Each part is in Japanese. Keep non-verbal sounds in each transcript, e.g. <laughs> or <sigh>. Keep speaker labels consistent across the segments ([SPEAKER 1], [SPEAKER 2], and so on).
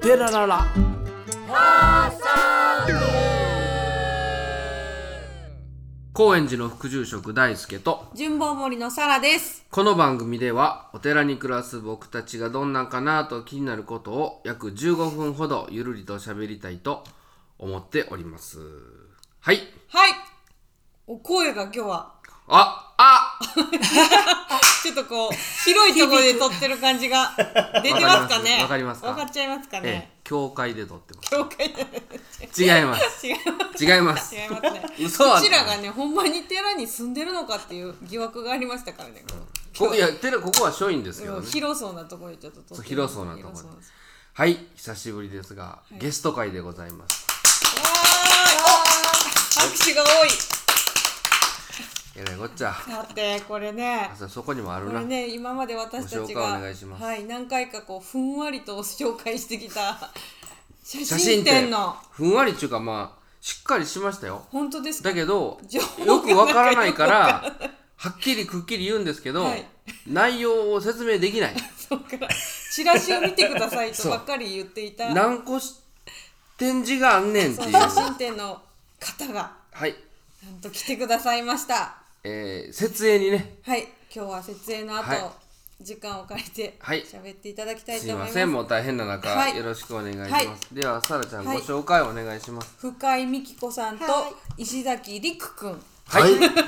[SPEAKER 1] テラララ
[SPEAKER 2] 高円寺の副住職大輔と
[SPEAKER 3] 順坊森のサラです。
[SPEAKER 2] この番組ではお寺に暮らす僕たちがどんなんかなと気になることを約15分ほどゆるりと喋りたいと思っておりますはい
[SPEAKER 3] はい。お声が今日は、
[SPEAKER 2] ああ
[SPEAKER 3] ちょっとこ
[SPEAKER 2] <laughs>
[SPEAKER 3] う、広いところで撮ってる感じが出てますかね。
[SPEAKER 2] わかりますわ
[SPEAKER 3] わ
[SPEAKER 2] かりますか
[SPEAKER 3] かっちゃいますか
[SPEAKER 2] ええ
[SPEAKER 3] ね。
[SPEAKER 2] 教会で撮ってま
[SPEAKER 3] 教会で。
[SPEAKER 2] す違い
[SPEAKER 3] <laughs>
[SPEAKER 2] ます
[SPEAKER 3] 違いま。
[SPEAKER 2] 違いますす
[SPEAKER 3] 違いますね。
[SPEAKER 2] 嘘は
[SPEAKER 3] こちらがね、ほんまに寺に住んでるのかっていう疑惑がありましたからね。
[SPEAKER 2] ここいや寺ここは書院ですけどね
[SPEAKER 3] 広そうなところでちょっと撮ってる
[SPEAKER 2] 広そうなところで
[SPEAKER 3] 広そうです
[SPEAKER 2] はい久しぶりですが、ゲスト会でございます
[SPEAKER 3] わーいお拍手が多い。
[SPEAKER 2] えらいごっちゃ
[SPEAKER 3] だって、これね
[SPEAKER 2] あ。そそこにもある
[SPEAKER 3] こ
[SPEAKER 2] な、
[SPEAKER 3] れね今まで私た
[SPEAKER 2] ご
[SPEAKER 3] ち
[SPEAKER 2] 紹介
[SPEAKER 3] が
[SPEAKER 2] お願いします
[SPEAKER 3] はい何回かこうふんわりと紹介してきた
[SPEAKER 2] <laughs>
[SPEAKER 3] 写
[SPEAKER 2] 写
[SPEAKER 3] 真
[SPEAKER 2] 真展
[SPEAKER 3] 展の
[SPEAKER 2] ふんわりっちゅうかまあしっかりしましたよ
[SPEAKER 3] 本当ですか
[SPEAKER 2] だけど
[SPEAKER 3] 情報が
[SPEAKER 2] よくわからないからはっきりくっきり言うんですけど、
[SPEAKER 3] はい
[SPEAKER 2] 内容を説明できない
[SPEAKER 3] そうからチラシを見てくださいとばっかり言っていたそう
[SPEAKER 2] 何個し展示があんねんっていう
[SPEAKER 3] 写真展の方が
[SPEAKER 2] はい、
[SPEAKER 3] なんと来てくださいました
[SPEAKER 2] えー、設営にね
[SPEAKER 3] はい今日は設営の後、
[SPEAKER 2] は
[SPEAKER 3] 時間を借りて
[SPEAKER 2] はい
[SPEAKER 3] 喋っていただきたい
[SPEAKER 2] すい
[SPEAKER 3] と思い
[SPEAKER 2] ま
[SPEAKER 3] ます,、
[SPEAKER 2] せんもう大変な中、
[SPEAKER 3] はい
[SPEAKER 2] よろしくお願いします、
[SPEAKER 3] はい
[SPEAKER 2] ではさらちゃんご
[SPEAKER 3] はい
[SPEAKER 2] 紹介お願いします
[SPEAKER 3] 深井美希子さんと
[SPEAKER 4] は
[SPEAKER 3] 石崎陸くん
[SPEAKER 2] はい、よろしくお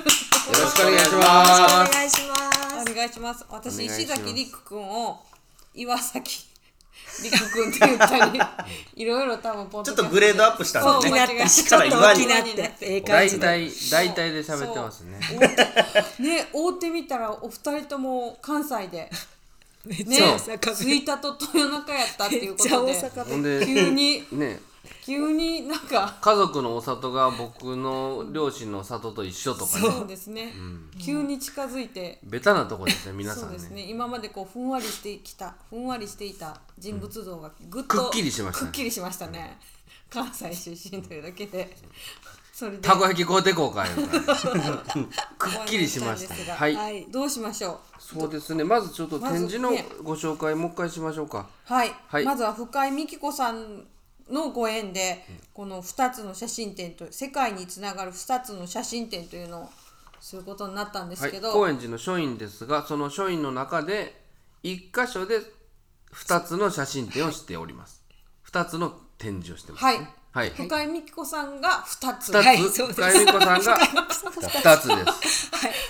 [SPEAKER 2] 願いしま
[SPEAKER 4] お
[SPEAKER 2] す
[SPEAKER 4] 願いしま
[SPEAKER 3] お
[SPEAKER 4] す。
[SPEAKER 3] 願いします。私
[SPEAKER 2] お願いします
[SPEAKER 3] 石崎りくくんを岩
[SPEAKER 4] <laughs>
[SPEAKER 3] 崎りくくんって言ったり、 <laughs> いろいろ多分ポッ
[SPEAKER 5] ちょっ
[SPEAKER 3] ドキャスト
[SPEAKER 5] とグレードアップしたん
[SPEAKER 3] そ
[SPEAKER 5] で
[SPEAKER 3] う
[SPEAKER 5] ね。
[SPEAKER 3] 間違えた
[SPEAKER 5] 石から岩に
[SPEAKER 3] ちょっと大きなってええ
[SPEAKER 2] 大
[SPEAKER 3] 感じで
[SPEAKER 2] 体大体で喋ってますね
[SPEAKER 3] ね、追ってみたらお二人とも関西で、
[SPEAKER 4] めっ
[SPEAKER 3] ね、
[SPEAKER 2] そう
[SPEAKER 3] 吹田と豊中やったっていうこ
[SPEAKER 4] め
[SPEAKER 3] と
[SPEAKER 4] っ
[SPEAKER 3] で
[SPEAKER 4] ちゃ、大阪
[SPEAKER 2] ほんで
[SPEAKER 3] 急に
[SPEAKER 2] ね
[SPEAKER 3] 急になんか。
[SPEAKER 2] 家族のお里が僕の両親の里と一緒とかね
[SPEAKER 3] そうですね、急に近づいて、
[SPEAKER 2] ベタなとこですね皆
[SPEAKER 3] そ
[SPEAKER 2] さ
[SPEAKER 3] うんです
[SPEAKER 2] ね
[SPEAKER 3] ね今までこうふんわりしてきたふんわりしていた人物像がぐっと、
[SPEAKER 2] くっきりしましたね
[SPEAKER 3] くっきりしましたね関西出身というだけでそれで
[SPEAKER 2] たこ焼き買うてこうかいうからくっきりしましたねは、
[SPEAKER 3] はいい、どうしましょう。
[SPEAKER 2] そうですねまずちょっと展示の
[SPEAKER 3] まずね
[SPEAKER 2] ご紹介もう一回しましょうか
[SPEAKER 3] はい、
[SPEAKER 2] はい
[SPEAKER 3] まずは深井美希子さんのご縁で、この二つの写真展と世界につながる二つの写真展というのをすることになったんです
[SPEAKER 2] はい
[SPEAKER 3] けど、
[SPEAKER 2] 高円寺の書院ですがその書院の中で一箇所で二つの写真展をしております二つの展示をしてます
[SPEAKER 3] はい
[SPEAKER 2] はい
[SPEAKER 3] 深井美希子さんが二
[SPEAKER 2] 二つ、
[SPEAKER 3] つ、はい、
[SPEAKER 4] そうです
[SPEAKER 2] 深井美子さんが二つです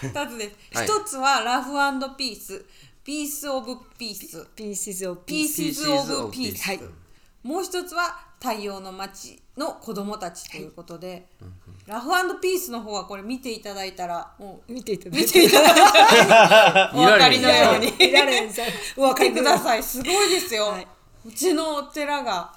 [SPEAKER 3] 二つです。一、
[SPEAKER 2] はい
[SPEAKER 3] つはラフピース、ピースオブピース、
[SPEAKER 4] ピーシズを
[SPEAKER 3] ピー
[SPEAKER 4] ピース。
[SPEAKER 3] シズオブ
[SPEAKER 2] Pieces of
[SPEAKER 3] ピー
[SPEAKER 2] Peace
[SPEAKER 3] ス。はい。もう一つは太陽の街の子供たちということで、ラフピースの方はこれ見ていただいたらもう
[SPEAKER 4] 見ていただいて。
[SPEAKER 3] <laughs> お分かりのように
[SPEAKER 2] 見られへん
[SPEAKER 4] 見られんさん。お
[SPEAKER 3] 来
[SPEAKER 4] 分か
[SPEAKER 3] て
[SPEAKER 4] り
[SPEAKER 3] ください。すごいですよ。
[SPEAKER 4] はいう
[SPEAKER 3] ちのお寺が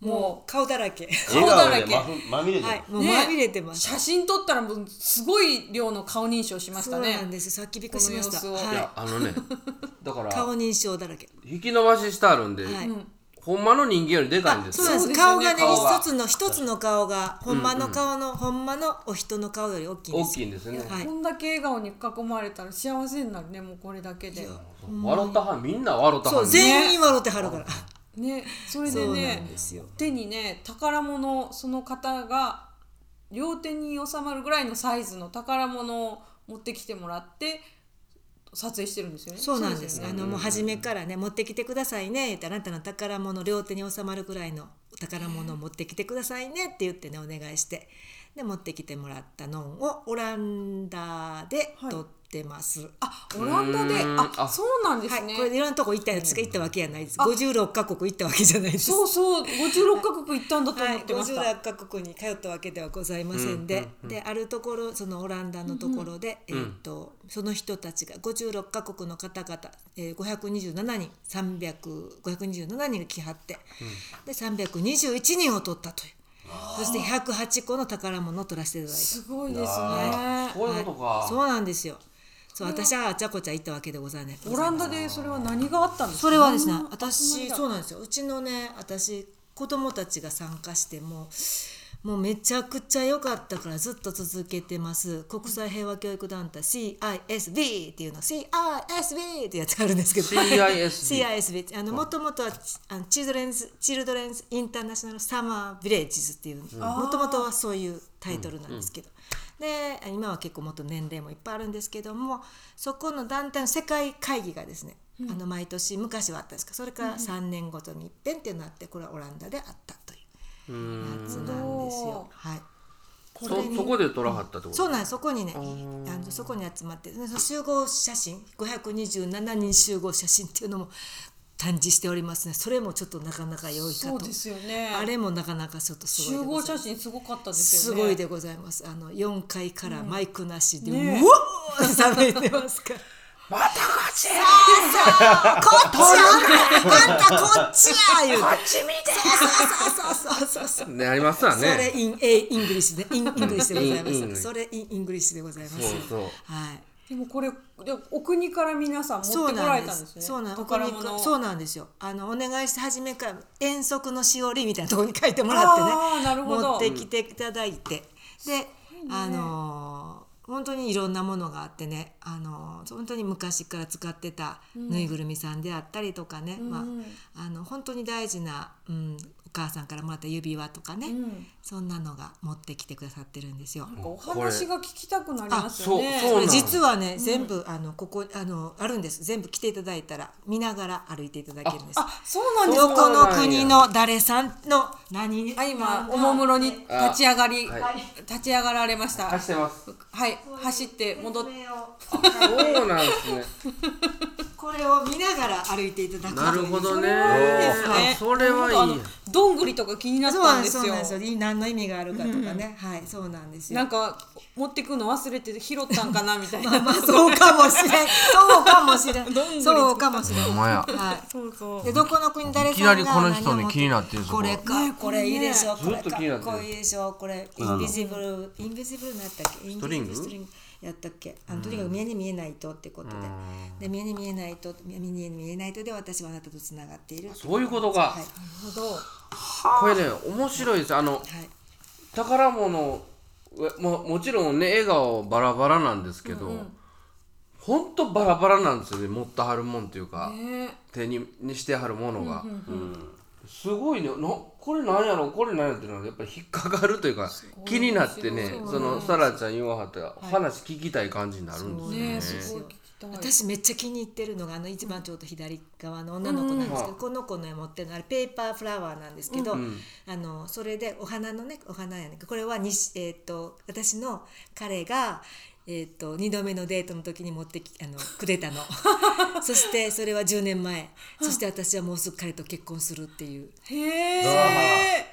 [SPEAKER 3] も
[SPEAKER 4] もう顔だらけ。
[SPEAKER 3] 笑顔でま
[SPEAKER 5] まみれ
[SPEAKER 4] はい。
[SPEAKER 3] う、
[SPEAKER 4] もうまみれてま
[SPEAKER 3] ね
[SPEAKER 4] す。
[SPEAKER 3] 写真撮ったらもうすごい量の顔認証しまし
[SPEAKER 4] そ
[SPEAKER 3] た
[SPEAKER 4] う
[SPEAKER 3] ね
[SPEAKER 4] なん。です。さっきびっくりしました。
[SPEAKER 3] この様子を
[SPEAKER 2] い
[SPEAKER 4] は
[SPEAKER 2] やあのねだか
[SPEAKER 4] い。
[SPEAKER 2] ら
[SPEAKER 4] 顔認証だらけ。
[SPEAKER 2] 引き伸ばししてあるんで、
[SPEAKER 4] はい。
[SPEAKER 2] ほんまの人間よりでかいんです
[SPEAKER 4] そう
[SPEAKER 2] よ
[SPEAKER 4] なん
[SPEAKER 3] そうで
[SPEAKER 4] です。
[SPEAKER 3] すよね
[SPEAKER 4] 顔がね、
[SPEAKER 2] 顔が
[SPEAKER 4] 一つの一つの顔がほんまの顔のほんまのお人の顔より大きいんで
[SPEAKER 2] 大
[SPEAKER 4] す。
[SPEAKER 2] きいんですよね、
[SPEAKER 4] はい
[SPEAKER 3] こ。んだけ笑顔に囲まれたら幸せになるねもうこれだけで。
[SPEAKER 2] 笑ったはんみんな笑った
[SPEAKER 4] そ
[SPEAKER 2] は
[SPEAKER 4] うん全員笑ってはるから。
[SPEAKER 3] ねそれで
[SPEAKER 4] そうな
[SPEAKER 3] ね
[SPEAKER 4] んですよ。
[SPEAKER 3] 手にね宝物その方が両手に収まるぐらいのサイズの宝物を持ってきてもらって撮影してるんですよね。
[SPEAKER 4] そうなんです。
[SPEAKER 3] よ
[SPEAKER 4] あ
[SPEAKER 3] ね
[SPEAKER 4] のもう初めからね持ってきてくださいねってあなたの宝物両手に収まるぐらいのお宝物を持ってきてくださいねって言ってねお願いしてで持ってきてもらったのんをオランダで
[SPEAKER 3] はい
[SPEAKER 4] 撮ってます。
[SPEAKER 3] あオランダで
[SPEAKER 2] うーん
[SPEAKER 3] あ
[SPEAKER 2] あ
[SPEAKER 3] そうなんで
[SPEAKER 4] はい、
[SPEAKER 3] すね。
[SPEAKER 4] これでいろんなとこ行ったやつが行ったわけじゃないです。五十六カ国行ったわけじゃないです。
[SPEAKER 3] そうそう56カ国行ったんだと
[SPEAKER 4] は
[SPEAKER 3] 思
[SPEAKER 4] い、
[SPEAKER 3] ってました。
[SPEAKER 4] 50カ国に通ったわけではございませんで、であるところそのオランダのところで、えっとその人たちが56カ国の方々、えー、527人300527人が来はって、で321人を取ったというそして108個の宝物を取らせていただいた。
[SPEAKER 3] すごいです
[SPEAKER 2] あー
[SPEAKER 3] ね。
[SPEAKER 2] そういうことか、
[SPEAKER 4] はいそうなんですよそう私はあちゃこちゃ行ったわけでございない
[SPEAKER 3] オランダでそれは何があったんですか。
[SPEAKER 4] それはですね
[SPEAKER 3] 何の
[SPEAKER 4] 私
[SPEAKER 3] 集まりだ
[SPEAKER 4] そうなんですようちのね私子供たちが参加してももうめちゃくちゃ良かったからずっと続けてます国際平和教育団体 CISB っていうの CISB ってやつがあるんですけど <laughs>
[SPEAKER 2] CISB
[SPEAKER 4] CISB ってあのもともとはあのチルドレンズチルドレンズインターナショナルサマービレッジズっていうもともとはそういうタイトルなんですけど、で今は結構もっと年齢もいっぱいあるんですけどもそこの団体の世界会議がですね、あの毎年昔はあったんですけどそれから3年ごとに一遍っていうのがあってこれはオランダであったという。やつなんですよ。はい。
[SPEAKER 2] そ
[SPEAKER 4] れに
[SPEAKER 2] そこで撮らはったってこと
[SPEAKER 4] そうなんですそこにね、あのそこに集まって、その集合写真527人集合写真っていうのも展示しておりますね。それもちょっとなかなか良いか
[SPEAKER 3] そう
[SPEAKER 4] と
[SPEAKER 3] で。すよね
[SPEAKER 4] あれもなかなかちょっとす
[SPEAKER 3] 集
[SPEAKER 4] ご
[SPEAKER 3] 合
[SPEAKER 4] いでござ
[SPEAKER 3] 写
[SPEAKER 4] います。
[SPEAKER 3] 真すごかったです
[SPEAKER 4] す
[SPEAKER 3] よね
[SPEAKER 4] ごいでございます。あの四階からマイクなしで、う
[SPEAKER 3] ねえ
[SPEAKER 4] おー喋ってますから。
[SPEAKER 2] またこっちや
[SPEAKER 4] こっちやあんたこっちや言うて。こっち見て。そうそうそうそうそうそう。
[SPEAKER 2] ねありますわ
[SPEAKER 4] それ
[SPEAKER 2] ね
[SPEAKER 4] インエイングリッシュでインイングリッシュでござ
[SPEAKER 2] In
[SPEAKER 4] いま
[SPEAKER 2] English
[SPEAKER 4] す。それインイングリッシュでございます。
[SPEAKER 2] そうそう
[SPEAKER 4] はい。
[SPEAKER 3] でもこれでお国から皆さん持
[SPEAKER 4] そ
[SPEAKER 3] っ
[SPEAKER 4] う
[SPEAKER 3] てこら
[SPEAKER 4] な
[SPEAKER 3] れ
[SPEAKER 4] ん
[SPEAKER 3] たん
[SPEAKER 4] で
[SPEAKER 3] です
[SPEAKER 4] す。
[SPEAKER 3] ね
[SPEAKER 4] そうなん。
[SPEAKER 3] 宝
[SPEAKER 4] ここ
[SPEAKER 3] 物
[SPEAKER 4] にそうなんですよ。あのお願いして初めから遠足のしおりみたいなところに書いてもらってね
[SPEAKER 3] あーなるほど
[SPEAKER 4] 持ってきていただいて、で、あのー本当にいろんなものがあってね、あのー本当に昔から使ってたぬいぐるみさんであったりとかね、まああの本当に大事な、うん、お母さんからもらった指輪とかね、
[SPEAKER 3] ん
[SPEAKER 4] そんなのが持ってきてくださってるんですよ。
[SPEAKER 3] なんかお話が聞きたくなりますよね
[SPEAKER 2] あそうそうなんです
[SPEAKER 4] 実はね全部あのここあのあるんです全部来ていただいたら見ながら歩いていただけるんです
[SPEAKER 3] あそうなんです
[SPEAKER 4] どこ
[SPEAKER 3] か
[SPEAKER 4] の国の誰さんの何
[SPEAKER 3] あ今おもむろに立ち上がり、
[SPEAKER 2] あはい
[SPEAKER 3] 立ち上がられました
[SPEAKER 2] 貸してます
[SPEAKER 3] はい走って戻っ
[SPEAKER 2] そうなんです
[SPEAKER 3] <laughs>
[SPEAKER 2] ね
[SPEAKER 4] これを見ながら歩いていただく
[SPEAKER 2] なるほどね
[SPEAKER 3] ですね
[SPEAKER 2] あそれはいい
[SPEAKER 3] なんかあのどんぐりとか気になっ
[SPEAKER 4] そうな
[SPEAKER 3] た
[SPEAKER 4] ん
[SPEAKER 3] ん
[SPEAKER 4] で
[SPEAKER 3] ですす
[SPEAKER 4] そう
[SPEAKER 3] よ
[SPEAKER 4] なんですよいい何の意味があるかとかね、はいそうなんですよ
[SPEAKER 3] なんか持ってくの忘れて拾ったんかなみたいな
[SPEAKER 4] まあそ
[SPEAKER 3] <laughs>
[SPEAKER 4] うかもしれんそうかもしれ
[SPEAKER 3] どんぐり
[SPEAKER 4] んそうかもしれん
[SPEAKER 2] ほんまや
[SPEAKER 4] はい
[SPEAKER 3] そうそう
[SPEAKER 4] でどこの国誰さんが
[SPEAKER 2] いきなりこの人に気になってるんですよ
[SPEAKER 4] これか
[SPEAKER 3] ね
[SPEAKER 4] これいいでしょ
[SPEAKER 2] これ
[SPEAKER 4] これ
[SPEAKER 2] ね
[SPEAKER 4] か
[SPEAKER 2] ずっ
[SPEAKER 4] っ
[SPEAKER 2] と気になっ
[SPEAKER 4] こ
[SPEAKER 2] てる
[SPEAKER 4] いいでしょこれインビジブルインビジブルなったっけインビジブル
[SPEAKER 2] ストリ
[SPEAKER 4] ングやったっけあのとにかく目に見えないとってことでで目に見えないと目に見えないとで私はあなたとつながっている
[SPEAKER 2] そういうことか
[SPEAKER 4] はい
[SPEAKER 2] これね面白いですあの
[SPEAKER 4] はい
[SPEAKER 2] 宝物えももちろんね笑顔バラバラなんですけど、ほんとバラバラなんですよね持ったはるもんというか、
[SPEAKER 3] ね
[SPEAKER 2] 手ににしてはるものが、うんすごいねなこれなんやろこれなんやろっていうのはやっぱり引っかかるというか気になってねそのさらちゃん言わはったら、話聞きたい感じになるんですよね
[SPEAKER 3] ねすごい聞きたい
[SPEAKER 4] 私めっちゃ気に入ってるのがあの一番ちょうど左側の女の子なんですけど、
[SPEAKER 2] うん
[SPEAKER 4] この子の持ってるのあれペーパーフラワーなんですけど、あのそれでお花のねお花やねんけどこれはにし、えー、と私の彼が、えー、と2度目のデートの時に持ってきあのくれた
[SPEAKER 3] <laughs>
[SPEAKER 4] のそしてそれは10年前そして私はもうすぐ彼と結婚するっていう
[SPEAKER 3] へ
[SPEAKER 2] う
[SPEAKER 3] え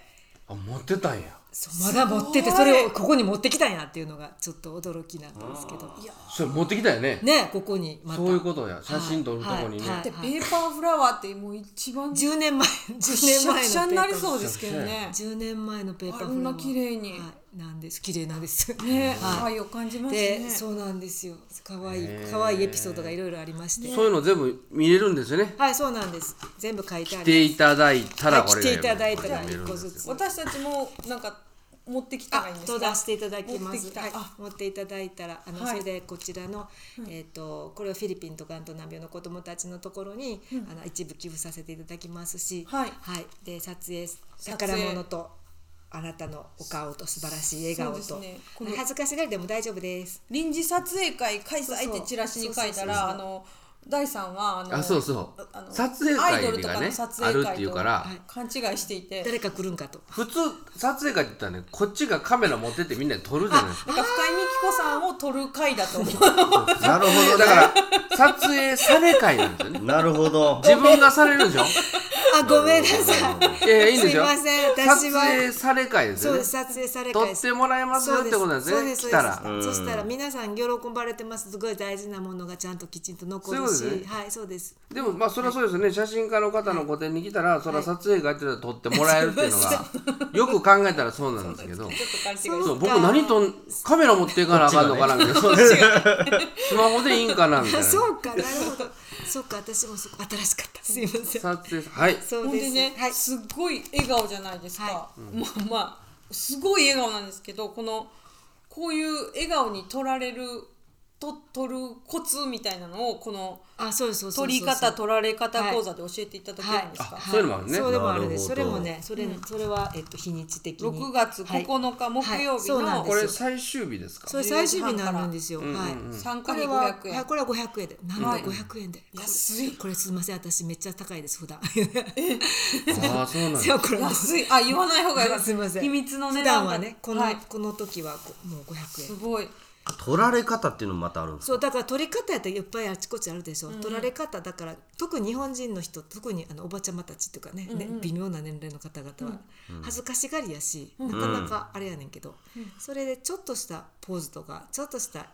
[SPEAKER 2] あ持ってたんや
[SPEAKER 4] そうまだ持っててそれをここに持ってきたんやっていうのがちょっと驚きなんですけどいや
[SPEAKER 2] それ持ってきたよね
[SPEAKER 4] ねここにまた
[SPEAKER 2] そういうことや写真撮るとこにね、
[SPEAKER 4] はいはい
[SPEAKER 3] でペーパーフラワーってもう一番シ
[SPEAKER 4] 10年前10
[SPEAKER 3] ャ
[SPEAKER 4] 年前の
[SPEAKER 3] キ
[SPEAKER 4] ペー
[SPEAKER 3] シ
[SPEAKER 4] パ
[SPEAKER 3] ャ
[SPEAKER 4] ー
[SPEAKER 3] になりそうですけどね
[SPEAKER 4] 10年前のペーパーフラ
[SPEAKER 3] あ
[SPEAKER 4] ワ
[SPEAKER 3] ん
[SPEAKER 4] ー
[SPEAKER 3] な綺麗に
[SPEAKER 4] はい、なんです綺麗なんです
[SPEAKER 3] ね
[SPEAKER 4] は
[SPEAKER 3] 愛を感じま
[SPEAKER 4] い、
[SPEAKER 3] す
[SPEAKER 4] で、
[SPEAKER 3] ね
[SPEAKER 4] そうなんですよ可愛い
[SPEAKER 2] へー
[SPEAKER 4] 可愛いエピソードがいろいろありまして、
[SPEAKER 2] そういうの全部見れるんですよね
[SPEAKER 4] はいそうなんです全部書いてあ
[SPEAKER 2] 来
[SPEAKER 4] り
[SPEAKER 2] ていただいたら
[SPEAKER 4] はい
[SPEAKER 2] これ
[SPEAKER 4] 来ていただいたら
[SPEAKER 2] 見れるん
[SPEAKER 4] 一
[SPEAKER 2] で
[SPEAKER 4] 個
[SPEAKER 2] すよ
[SPEAKER 4] ずつ
[SPEAKER 3] 私たちもなんか持ってきたらいい
[SPEAKER 4] あ
[SPEAKER 3] ん、です
[SPEAKER 4] と出
[SPEAKER 3] か
[SPEAKER 4] していただき
[SPEAKER 3] 持
[SPEAKER 4] ま
[SPEAKER 3] って
[SPEAKER 4] す。
[SPEAKER 3] きた
[SPEAKER 4] はい
[SPEAKER 3] あ、
[SPEAKER 4] 持っていただいたら、あの、
[SPEAKER 3] はい
[SPEAKER 4] それでこちらの、えっ、と、これはフィリピンとガント難病の子どもたちのところに、あの、一部寄付させていただきますし。
[SPEAKER 3] はい
[SPEAKER 4] で、撮影、
[SPEAKER 3] 影
[SPEAKER 4] 宝物と、あなたのお顔と素晴らしい笑顔
[SPEAKER 3] そ
[SPEAKER 4] と。
[SPEAKER 3] うですねこの
[SPEAKER 4] 恥ずかしがりでも大丈夫です。
[SPEAKER 3] 臨時撮影会開催ってチラシに書いたらあの大さんはあの
[SPEAKER 2] あそうそう
[SPEAKER 3] あの
[SPEAKER 2] 撮影
[SPEAKER 3] アイドル
[SPEAKER 2] 会
[SPEAKER 3] と
[SPEAKER 2] が
[SPEAKER 3] か
[SPEAKER 2] ね
[SPEAKER 3] の撮
[SPEAKER 2] あ
[SPEAKER 3] 影
[SPEAKER 2] る
[SPEAKER 3] 会と
[SPEAKER 2] っていうから、
[SPEAKER 4] はい
[SPEAKER 3] 勘違いしていて
[SPEAKER 4] 誰か来るんか
[SPEAKER 3] <laughs>
[SPEAKER 4] と。
[SPEAKER 2] 普通撮影会って言ったらねこっちがカメラ持ってってみんなで撮るじゃないですか
[SPEAKER 3] なんか深井美紀子さんを撮る回だと思う
[SPEAKER 2] なるほど、だから撮影され会なんですよね
[SPEAKER 1] なるほど。
[SPEAKER 2] 自分がされるんでしょ
[SPEAKER 4] あ、ごめんなさい。
[SPEAKER 2] いやいやいいんですよ
[SPEAKER 4] すいません私は
[SPEAKER 2] 撮影され会です
[SPEAKER 4] そ
[SPEAKER 2] よ
[SPEAKER 4] う
[SPEAKER 2] ね
[SPEAKER 4] です撮影され
[SPEAKER 2] 撮
[SPEAKER 4] 会
[SPEAKER 2] ってもらえますよってことなんですね
[SPEAKER 4] そうです
[SPEAKER 2] 来たら
[SPEAKER 4] そうですそしたら皆さん喜ばれてますすごい大事なものがちゃんときちんと残るし
[SPEAKER 2] そういうことですね
[SPEAKER 4] はいそうです
[SPEAKER 2] でもまあそれはそうですよね写真家の方の個展に来たらそれは撮影会って言ったら撮ってもらえるっていうのがよく考えたらそうなんですけど
[SPEAKER 3] ちょっと勘違いして
[SPEAKER 2] そう
[SPEAKER 4] そう
[SPEAKER 2] 僕
[SPEAKER 4] か
[SPEAKER 2] 何とんカメラ持っていかなあかんのかなみたいな、スマホでいいんかなみたい
[SPEAKER 4] あ
[SPEAKER 2] な
[SPEAKER 4] そうかなるほど <laughs> そうか私もそこ新しかったすい
[SPEAKER 2] <laughs>
[SPEAKER 4] ません
[SPEAKER 2] 撮影はい
[SPEAKER 4] そ
[SPEAKER 3] ほ
[SPEAKER 4] うんで
[SPEAKER 3] ですね、
[SPEAKER 4] はい
[SPEAKER 3] すっごい笑顔じゃないですか、まあまあすごい笑顔なんですけどこのこういう笑顔に取られると取るコツみたいなのをこの
[SPEAKER 4] あそうそうそうそうそう
[SPEAKER 3] 取り方取られ方講座で教えていただけるんですか、
[SPEAKER 2] はいそういうのもあるね
[SPEAKER 4] そうでもある
[SPEAKER 2] なる
[SPEAKER 4] ね。
[SPEAKER 2] ほど
[SPEAKER 4] それもね、それ、それはえっと日にち的に。
[SPEAKER 3] 6月
[SPEAKER 4] はい
[SPEAKER 3] 9日木曜日
[SPEAKER 4] そう
[SPEAKER 3] の
[SPEAKER 4] なんです
[SPEAKER 2] これ最終日ですか
[SPEAKER 4] それ最終日になるんですよ。
[SPEAKER 2] んうん
[SPEAKER 4] はい。
[SPEAKER 3] 参
[SPEAKER 4] こ
[SPEAKER 3] 加費
[SPEAKER 4] れは
[SPEAKER 3] 500円、
[SPEAKER 4] はいこれは500円で、なんと500円で。
[SPEAKER 3] 安い
[SPEAKER 4] これすみません、私めっちゃ高いです
[SPEAKER 2] <laughs>
[SPEAKER 4] 普段。
[SPEAKER 2] ああそうなんだ
[SPEAKER 4] <laughs> そうこれ
[SPEAKER 3] 安いあ言わない方がよかった
[SPEAKER 4] <laughs> すいません
[SPEAKER 3] 秘密の値
[SPEAKER 4] 普
[SPEAKER 3] 段
[SPEAKER 4] 段
[SPEAKER 3] が
[SPEAKER 4] はねこの
[SPEAKER 3] はい、
[SPEAKER 4] この時はこもう500
[SPEAKER 3] す
[SPEAKER 4] 円。
[SPEAKER 3] ごい
[SPEAKER 1] 取られ方っていうのもまたあるんですか
[SPEAKER 4] そうだから取り方やったらいっぱいあちこちあるでしょ、取られ方だから特に日本人の人特にあのおばちゃまたちとかね,ね、微妙な年齢の方々は、恥ずかしがりやし、なかなかあれやねんけど、それでちょっとしたポーズとかちょっとした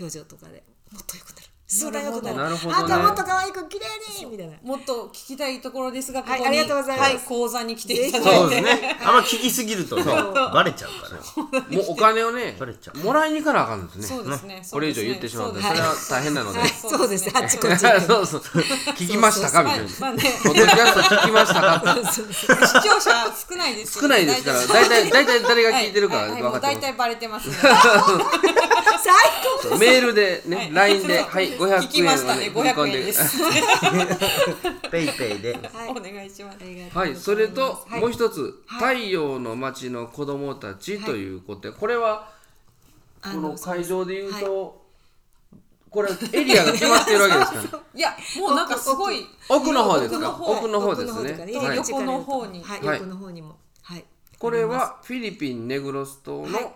[SPEAKER 4] 表情とかでもっと良くなる相談良くなる
[SPEAKER 2] なるほどね
[SPEAKER 4] あんたもっと可愛く綺麗にみたいな
[SPEAKER 3] もっと聞きたいところですがこ
[SPEAKER 4] はい
[SPEAKER 3] こに、
[SPEAKER 4] ありがとうございます
[SPEAKER 3] はい講座に来ていただいて
[SPEAKER 1] そうですね。あんま聞きすぎるとね、バレちゃうから。
[SPEAKER 2] もうお金をね
[SPEAKER 1] 取れちゃう
[SPEAKER 2] もらいに行かなあかんですね
[SPEAKER 3] そうですね
[SPEAKER 2] これ以上言ってしまうと
[SPEAKER 3] そ
[SPEAKER 2] そ
[SPEAKER 3] で
[SPEAKER 2] れ
[SPEAKER 3] すね
[SPEAKER 2] は大変なので
[SPEAKER 4] はい、
[SPEAKER 3] そ
[SPEAKER 4] そうう
[SPEAKER 3] ですね
[SPEAKER 4] ですね。あっちこっち。
[SPEAKER 2] そうそう聞きましたかみ
[SPEAKER 3] ま
[SPEAKER 2] たい
[SPEAKER 3] あ
[SPEAKER 2] な
[SPEAKER 3] まあね
[SPEAKER 2] ポッドキャスト聞きましたか
[SPEAKER 3] 視聴者少ないですよ
[SPEAKER 2] 少ないですから
[SPEAKER 3] 大丈夫
[SPEAKER 2] 大体大体誰が聞いてるか
[SPEAKER 3] はいは
[SPEAKER 2] 分
[SPEAKER 3] い
[SPEAKER 2] か
[SPEAKER 3] も
[SPEAKER 2] っ
[SPEAKER 3] う
[SPEAKER 2] て
[SPEAKER 3] 大
[SPEAKER 2] ます
[SPEAKER 3] 体バレてますね
[SPEAKER 4] 最高。
[SPEAKER 2] メールでね LINE で
[SPEAKER 3] そう
[SPEAKER 2] はい500
[SPEAKER 3] 聞きましたね
[SPEAKER 2] 円をね
[SPEAKER 3] 500円です
[SPEAKER 1] ペイペイで。
[SPEAKER 4] はい
[SPEAKER 3] お願いします
[SPEAKER 2] はい、それと
[SPEAKER 4] はい
[SPEAKER 2] もう一つ「太
[SPEAKER 4] は
[SPEAKER 2] 陽の街の子供たち」ということでこれはこ
[SPEAKER 4] あ
[SPEAKER 2] の
[SPEAKER 4] の
[SPEAKER 2] 会場で言うとこれエリアが決まってるわけですかね
[SPEAKER 3] いやもうなんかすごい
[SPEAKER 2] 奥の方です
[SPEAKER 3] 奥の
[SPEAKER 2] か
[SPEAKER 3] 方
[SPEAKER 2] 奥の方です
[SPEAKER 4] とか
[SPEAKER 2] ね
[SPEAKER 3] 方
[SPEAKER 2] はい
[SPEAKER 3] 横の方に
[SPEAKER 4] はい、
[SPEAKER 2] はい
[SPEAKER 4] 横の方にも。はい。
[SPEAKER 2] これはフィリピンネグロス島
[SPEAKER 4] はい
[SPEAKER 2] の。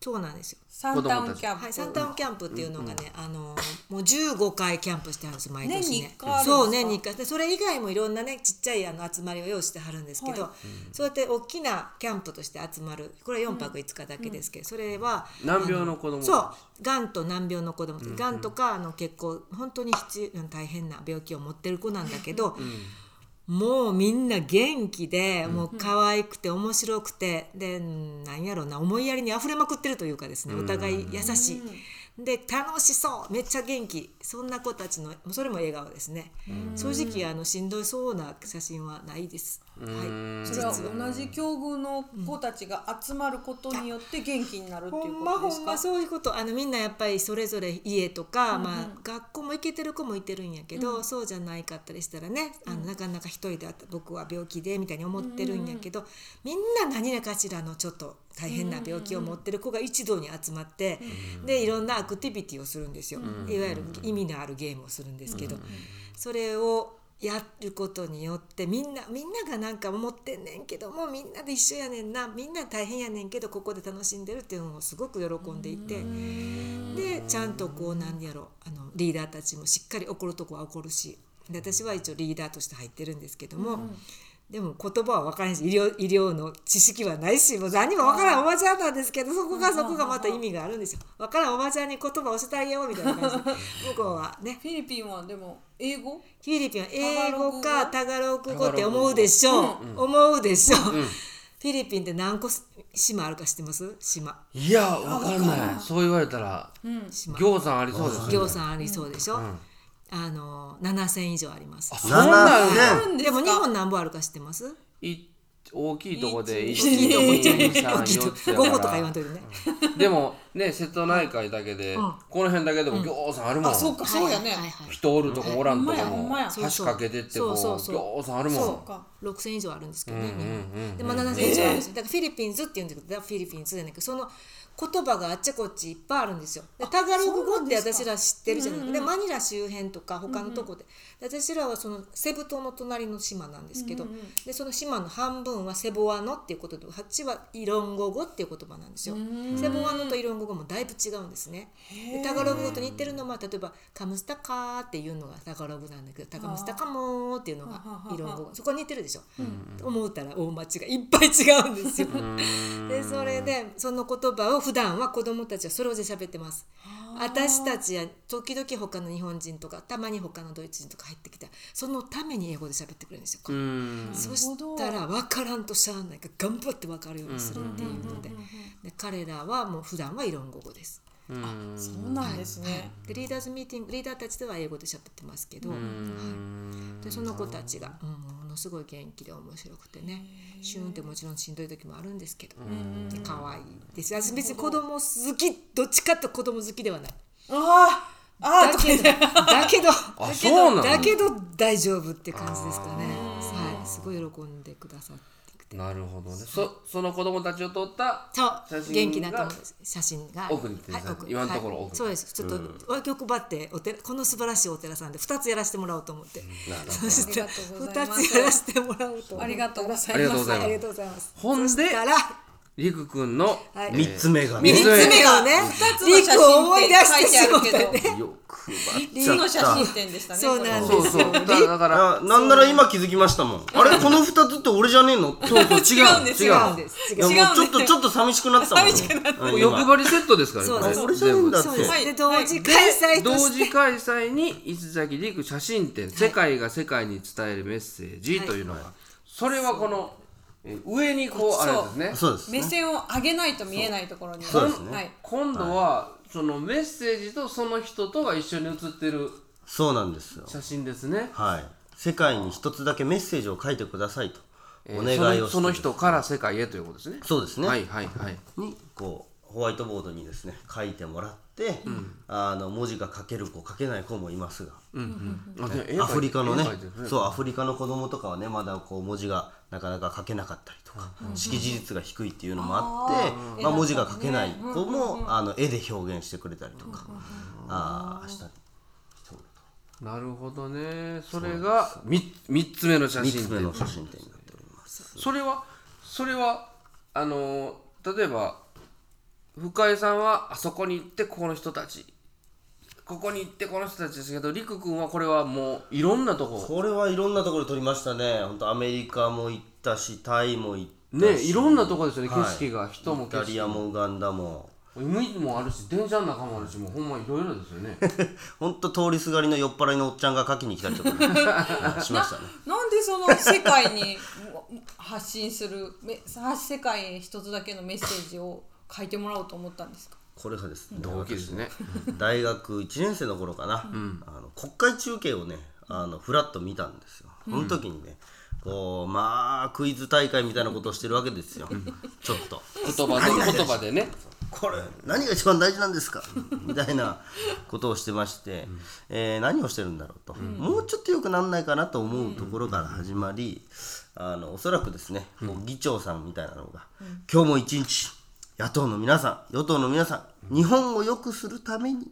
[SPEAKER 4] そうなんですよ。
[SPEAKER 3] サンタウンキャンプ
[SPEAKER 4] はい、サンタウンキャンプっていうのがね、あのもう15回キャンプしてはるんです毎
[SPEAKER 3] 年
[SPEAKER 4] 年
[SPEAKER 3] に
[SPEAKER 4] ね
[SPEAKER 3] 一回あるんですか
[SPEAKER 4] そう年に一回でそれ以外もいろんなねちっちゃいあの集まりを用意してはるんですけど、
[SPEAKER 3] は
[SPEAKER 4] そうやって大きなキャンプとして集まるこれは4泊5日だけですけど、それは
[SPEAKER 2] 難病の子供たち
[SPEAKER 4] そうがんと難病の子供たちがんとかあの結構本当に必要大変な病気を持ってる子なんだけど、もうみんな元気で、もう可愛くて面白くてでなんやろうな思いやりに溢れまくってるというかですねお互い優しい、で楽しそうめっちゃ元気そんな子たちのそれも笑顔ですね、正直あのしんどいそうな写真はないです、はい
[SPEAKER 3] それは
[SPEAKER 4] 実は。
[SPEAKER 3] 同じ境遇の子たちが集まることによって元気になるって
[SPEAKER 4] ほ
[SPEAKER 3] い
[SPEAKER 4] ん
[SPEAKER 3] う
[SPEAKER 4] ま
[SPEAKER 3] ことで
[SPEAKER 4] ほ
[SPEAKER 3] す
[SPEAKER 4] ん
[SPEAKER 3] か
[SPEAKER 4] まそういうことあのみんなやっぱりそれぞれ家とか、まあ、学校も行けてる子もいてるんやけど、そうじゃないかったりしたらねあの、なかなか一人であった僕は病気でみたいに思ってるんやけど、みんな何かしらのちょっと大変な病気を持ってる子が一堂に集まって、でいろんなアクティビティをするんですよ、いわゆる意味のあるゲームをするんですけど、それをやることによってみんなみんながなんか思ってんねんけどもみんなで一緒やねんなみんな大変やねんけどここで楽しんでるっていうのをすごく喜んでいてでちゃんとこうなんやろあのリーダーたちもしっかり怒るとこは怒るしで私は一応リーダーとして入ってるんですけども。でも言葉は分からんし医療医療の知識はないしもう何も分からんおばちゃんなんですけどそこがそこがまた意味があるんですよ分からんおばちゃんに言葉を教えてあげようみたいな感 <laughs> じで向こうはね
[SPEAKER 3] フィリピンはでも英語
[SPEAKER 4] フィリピンは英語かタガログ
[SPEAKER 2] タガ
[SPEAKER 4] 語
[SPEAKER 2] ログ語
[SPEAKER 4] って思うでしょう、思うでしょう、フィリピンって何個島あるか知ってます島
[SPEAKER 2] いやわかんないそう言われたら
[SPEAKER 4] 島
[SPEAKER 2] 行さんありそうですね
[SPEAKER 4] 行さんありそうでしょ、あの7,000以上あります
[SPEAKER 2] そんなん
[SPEAKER 1] 7000
[SPEAKER 3] んです
[SPEAKER 4] で
[SPEAKER 3] か
[SPEAKER 4] も日本何本あるか知ってます
[SPEAKER 2] い大きいとこで
[SPEAKER 3] い
[SPEAKER 2] 1
[SPEAKER 3] い
[SPEAKER 4] いいとこ
[SPEAKER 2] 2 3
[SPEAKER 4] 大きいとこ
[SPEAKER 2] 4
[SPEAKER 4] 5個とか言わんといてね
[SPEAKER 2] でもね瀬戸内海だけで、この辺だけでも行さんあるもん、
[SPEAKER 3] あそうかそうやね
[SPEAKER 4] はいはいはい
[SPEAKER 2] 人おるとこおらんとこ
[SPEAKER 3] ほん
[SPEAKER 2] も
[SPEAKER 3] まやほんま
[SPEAKER 4] や
[SPEAKER 2] 橋かけてってこう
[SPEAKER 4] そうそうそう
[SPEAKER 2] 行さんあるもん
[SPEAKER 4] そ
[SPEAKER 3] か
[SPEAKER 4] う6,000以上あるんですけどね、
[SPEAKER 2] うんうんうん
[SPEAKER 4] でまあ7,000以上あるんですよだからフィリピンズっていうんだけどだからフィリピンズじゃないけどその言葉があっちこっちいっぱいあるんですよでタガログ語って私ら知ってるじゃないでマニラ周辺とか他のとこで,、で私らはそのセブ島の隣の島なんですけど、でその島の半分はセボアノっていうことで8はイロンゴ語っていう言葉なんですよ、セボアノとイロンゴ語もだいぶ違うんですねでタガログ語と似てるのは例えば「カムスタカー」っていうのがタガログなんだけど「タガムスタカモー」っていうのがイロンゴ語そこは似てるでしょ、思うたら大間違いいっぱい違うんですよでそれでその言葉を普段は子供たちはそれをで喋ってます私たちや時々他の日本人とかたまに他のドイツ人とか入ってきたらそのために英語で喋ってくれるんですよ、
[SPEAKER 2] うん
[SPEAKER 4] そしたら分からんとしゃあないから頑張って分かるようにするっていうのでで彼らはもう普段はイロンゴ語です。
[SPEAKER 3] そうなんですね、
[SPEAKER 4] でリーダーズミーティングリーダーたちでは英語で喋ってますけど、はいでその子たちが、うんもののすごい元気で面白くてねシューンってもちろんしんどい時もあるんですけど
[SPEAKER 2] うん
[SPEAKER 4] 可愛いです私別に子供好きどっちかって子供好きではない
[SPEAKER 3] ああああ
[SPEAKER 4] だ
[SPEAKER 3] とか
[SPEAKER 4] け
[SPEAKER 3] 言っ
[SPEAKER 4] ど
[SPEAKER 3] て
[SPEAKER 4] だけど
[SPEAKER 2] あそうなの
[SPEAKER 4] だけど大丈夫って感じですかね
[SPEAKER 2] あー
[SPEAKER 4] はいすごい喜んでくださって
[SPEAKER 2] なるほどねそその子供たちを撮った
[SPEAKER 4] そう
[SPEAKER 2] 写真が
[SPEAKER 4] 元気な友達写真が
[SPEAKER 2] 奥に行って
[SPEAKER 4] はい
[SPEAKER 2] さ
[SPEAKER 4] 奥
[SPEAKER 2] 今のところ
[SPEAKER 4] はい
[SPEAKER 2] 奥に
[SPEAKER 4] そうですちょっと欲張ってお寺この素晴らしいお寺さんで二つやらせてもらおうと思って
[SPEAKER 2] なるほ
[SPEAKER 4] そして
[SPEAKER 5] ありがとうござい
[SPEAKER 4] 二
[SPEAKER 5] ます
[SPEAKER 4] つやらせてもらおうと思って
[SPEAKER 3] ありがとうござ
[SPEAKER 2] あり
[SPEAKER 3] い
[SPEAKER 2] がと
[SPEAKER 3] ま
[SPEAKER 2] うご
[SPEAKER 3] す
[SPEAKER 2] ざいます
[SPEAKER 4] ありがとうございます
[SPEAKER 2] ほんで
[SPEAKER 4] そしたらは
[SPEAKER 2] りくくんの
[SPEAKER 4] い
[SPEAKER 1] 三つ目がね
[SPEAKER 2] 三
[SPEAKER 4] 三つ
[SPEAKER 2] つ
[SPEAKER 4] 目がね
[SPEAKER 3] 二つの
[SPEAKER 4] リ
[SPEAKER 3] 写
[SPEAKER 4] クを思い出し
[SPEAKER 3] 真
[SPEAKER 4] てし
[SPEAKER 3] 展
[SPEAKER 4] ま
[SPEAKER 3] っ
[SPEAKER 4] って
[SPEAKER 3] 書い
[SPEAKER 4] て
[SPEAKER 3] てあるけど
[SPEAKER 2] よく
[SPEAKER 3] 三つの写真展でしたね
[SPEAKER 4] そうなん
[SPEAKER 2] ば
[SPEAKER 4] で
[SPEAKER 3] こ
[SPEAKER 4] す
[SPEAKER 2] そうそうだからだから
[SPEAKER 1] あなんなら今気づきましたもんあれこの二つって俺じゃねえ
[SPEAKER 2] そ
[SPEAKER 1] の
[SPEAKER 2] うそう違う
[SPEAKER 3] 違うんです
[SPEAKER 2] 違
[SPEAKER 4] 違うん
[SPEAKER 2] う
[SPEAKER 4] です違
[SPEAKER 1] いうやも
[SPEAKER 3] 違うね
[SPEAKER 1] うちょっとちょっと寂しくなってたもん、ね、
[SPEAKER 3] 寂しくなって
[SPEAKER 1] うん
[SPEAKER 2] もう
[SPEAKER 1] 今
[SPEAKER 2] 欲張りセットですから
[SPEAKER 4] そう
[SPEAKER 2] これ
[SPEAKER 4] そう
[SPEAKER 1] 俺じゃねえんだって
[SPEAKER 4] そうです、
[SPEAKER 3] はい
[SPEAKER 4] で同時開催と
[SPEAKER 2] 同
[SPEAKER 4] して、
[SPEAKER 2] 時開催に石崎陸写真展「世界が世界に伝えるメッセージ」というのが、それはこのえ上にこうあ
[SPEAKER 3] そう
[SPEAKER 2] れですね
[SPEAKER 1] そうです
[SPEAKER 3] 目線を上げないと見えないところに
[SPEAKER 1] そうですね
[SPEAKER 3] はい
[SPEAKER 2] 今度はそのメッセージとその人とが一緒に写ってる
[SPEAKER 1] そうなんですよ
[SPEAKER 2] 写真ですね、
[SPEAKER 1] はい世界に一つだけメッセージを書いてくださいと
[SPEAKER 2] えー
[SPEAKER 1] お願いをして
[SPEAKER 2] そのその人から世界へということですね
[SPEAKER 1] そうですね、
[SPEAKER 2] はいはいはい
[SPEAKER 1] にこうホワイトボードにですね書いてもらって、あの文字が書ける子書けない子もいますが、
[SPEAKER 2] あで絵描いて
[SPEAKER 1] アフリカのね
[SPEAKER 2] 絵描いてる
[SPEAKER 1] そうアフリカの子供とかはねまだこう文字がなかなか書けなかったりとか、識字率が低いっていうのもあってまあ、文字が書けない子も、あの絵で表現してくれたりとか、ああした
[SPEAKER 2] なるほどねそれが 3, 三つ目の写真
[SPEAKER 1] 3つ目
[SPEAKER 2] 展
[SPEAKER 1] の写真展になっております
[SPEAKER 2] それはそれはあのー例えば深井さんはあそこに行ってこの人たちここに行ってこの人たちですけど陸君はこれはもういろんなとこ
[SPEAKER 1] これはいろんなところで撮りましたね本当アメリカも行ったしタイも行ったし
[SPEAKER 2] ねいろんなとこですよね、
[SPEAKER 1] はい
[SPEAKER 2] 景色が人も
[SPEAKER 1] イ
[SPEAKER 2] 景
[SPEAKER 1] タリア
[SPEAKER 2] 色も
[SPEAKER 1] もウガンダも
[SPEAKER 2] 海もあるし電車の中もあるしもうほんまいろいろですよ
[SPEAKER 1] <laughs>
[SPEAKER 2] ね
[SPEAKER 1] 本当通りすがりの酔っ払いのおっちゃんが書きに来たりとかね、しましたね
[SPEAKER 3] なんでその世界に発信する <laughs> め世界へ一つだけのメッセージを書いてもらおうと思ったんですか
[SPEAKER 1] これがですね
[SPEAKER 2] 同期ですね
[SPEAKER 1] 大学1年生の頃かな、あの国会中継をねあのフラッと見たんですよその時にね、こうまあクイズ大会みたいなことをしてるわけですよちょっと
[SPEAKER 2] 言葉で <laughs> 言葉でね
[SPEAKER 1] これ何が一番大事なんですかみたいなことをしてまして、えー何をしてるんだろうと、もうちょっと良くなんないかなと思うところから始まり、あのおそらくですね、こう議長さんみたいなのが、今日も一日野党の皆さん与党の皆さん日本を良くするために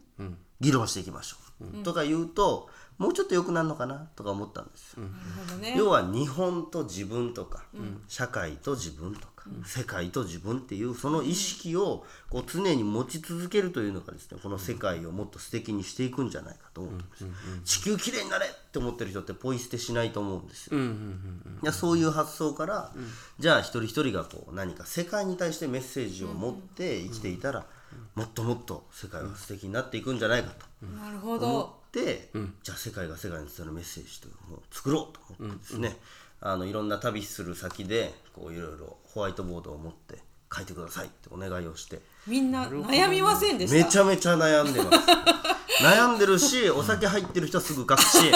[SPEAKER 1] 議論していきましょう、とか言うともうちょっと良くなるのかなとか思ったんですよ。
[SPEAKER 3] なるほどね
[SPEAKER 1] 要は日本と自分とか、社会と自分とか、世界と自分っていうその意識をこう常に持ち続けるというのがですねこの世界をもっと素敵にしていくんじゃないかと思うんです、地球きれいになれって思ってる人ってポイ捨てしないと思うんですよ、いやそういう発想から、じゃあ一人一人がこう何か世界に対してメッセージを持って生きていたら、もっともっと世界は素敵になっていくんじゃないかと。
[SPEAKER 3] なるほ
[SPEAKER 1] 思
[SPEAKER 3] ど
[SPEAKER 1] って、じゃあ世界が世界に伝わるメッセージというのを作ろうと思ってですね、あのいろんな旅する先でこういろいろホワイトボードを持って書いてくださいってお願いをして
[SPEAKER 3] みんな悩みませんでした
[SPEAKER 1] めちゃめちゃ悩んでます悩んでるしお酒入ってる人はすぐ書くし
[SPEAKER 3] オッケー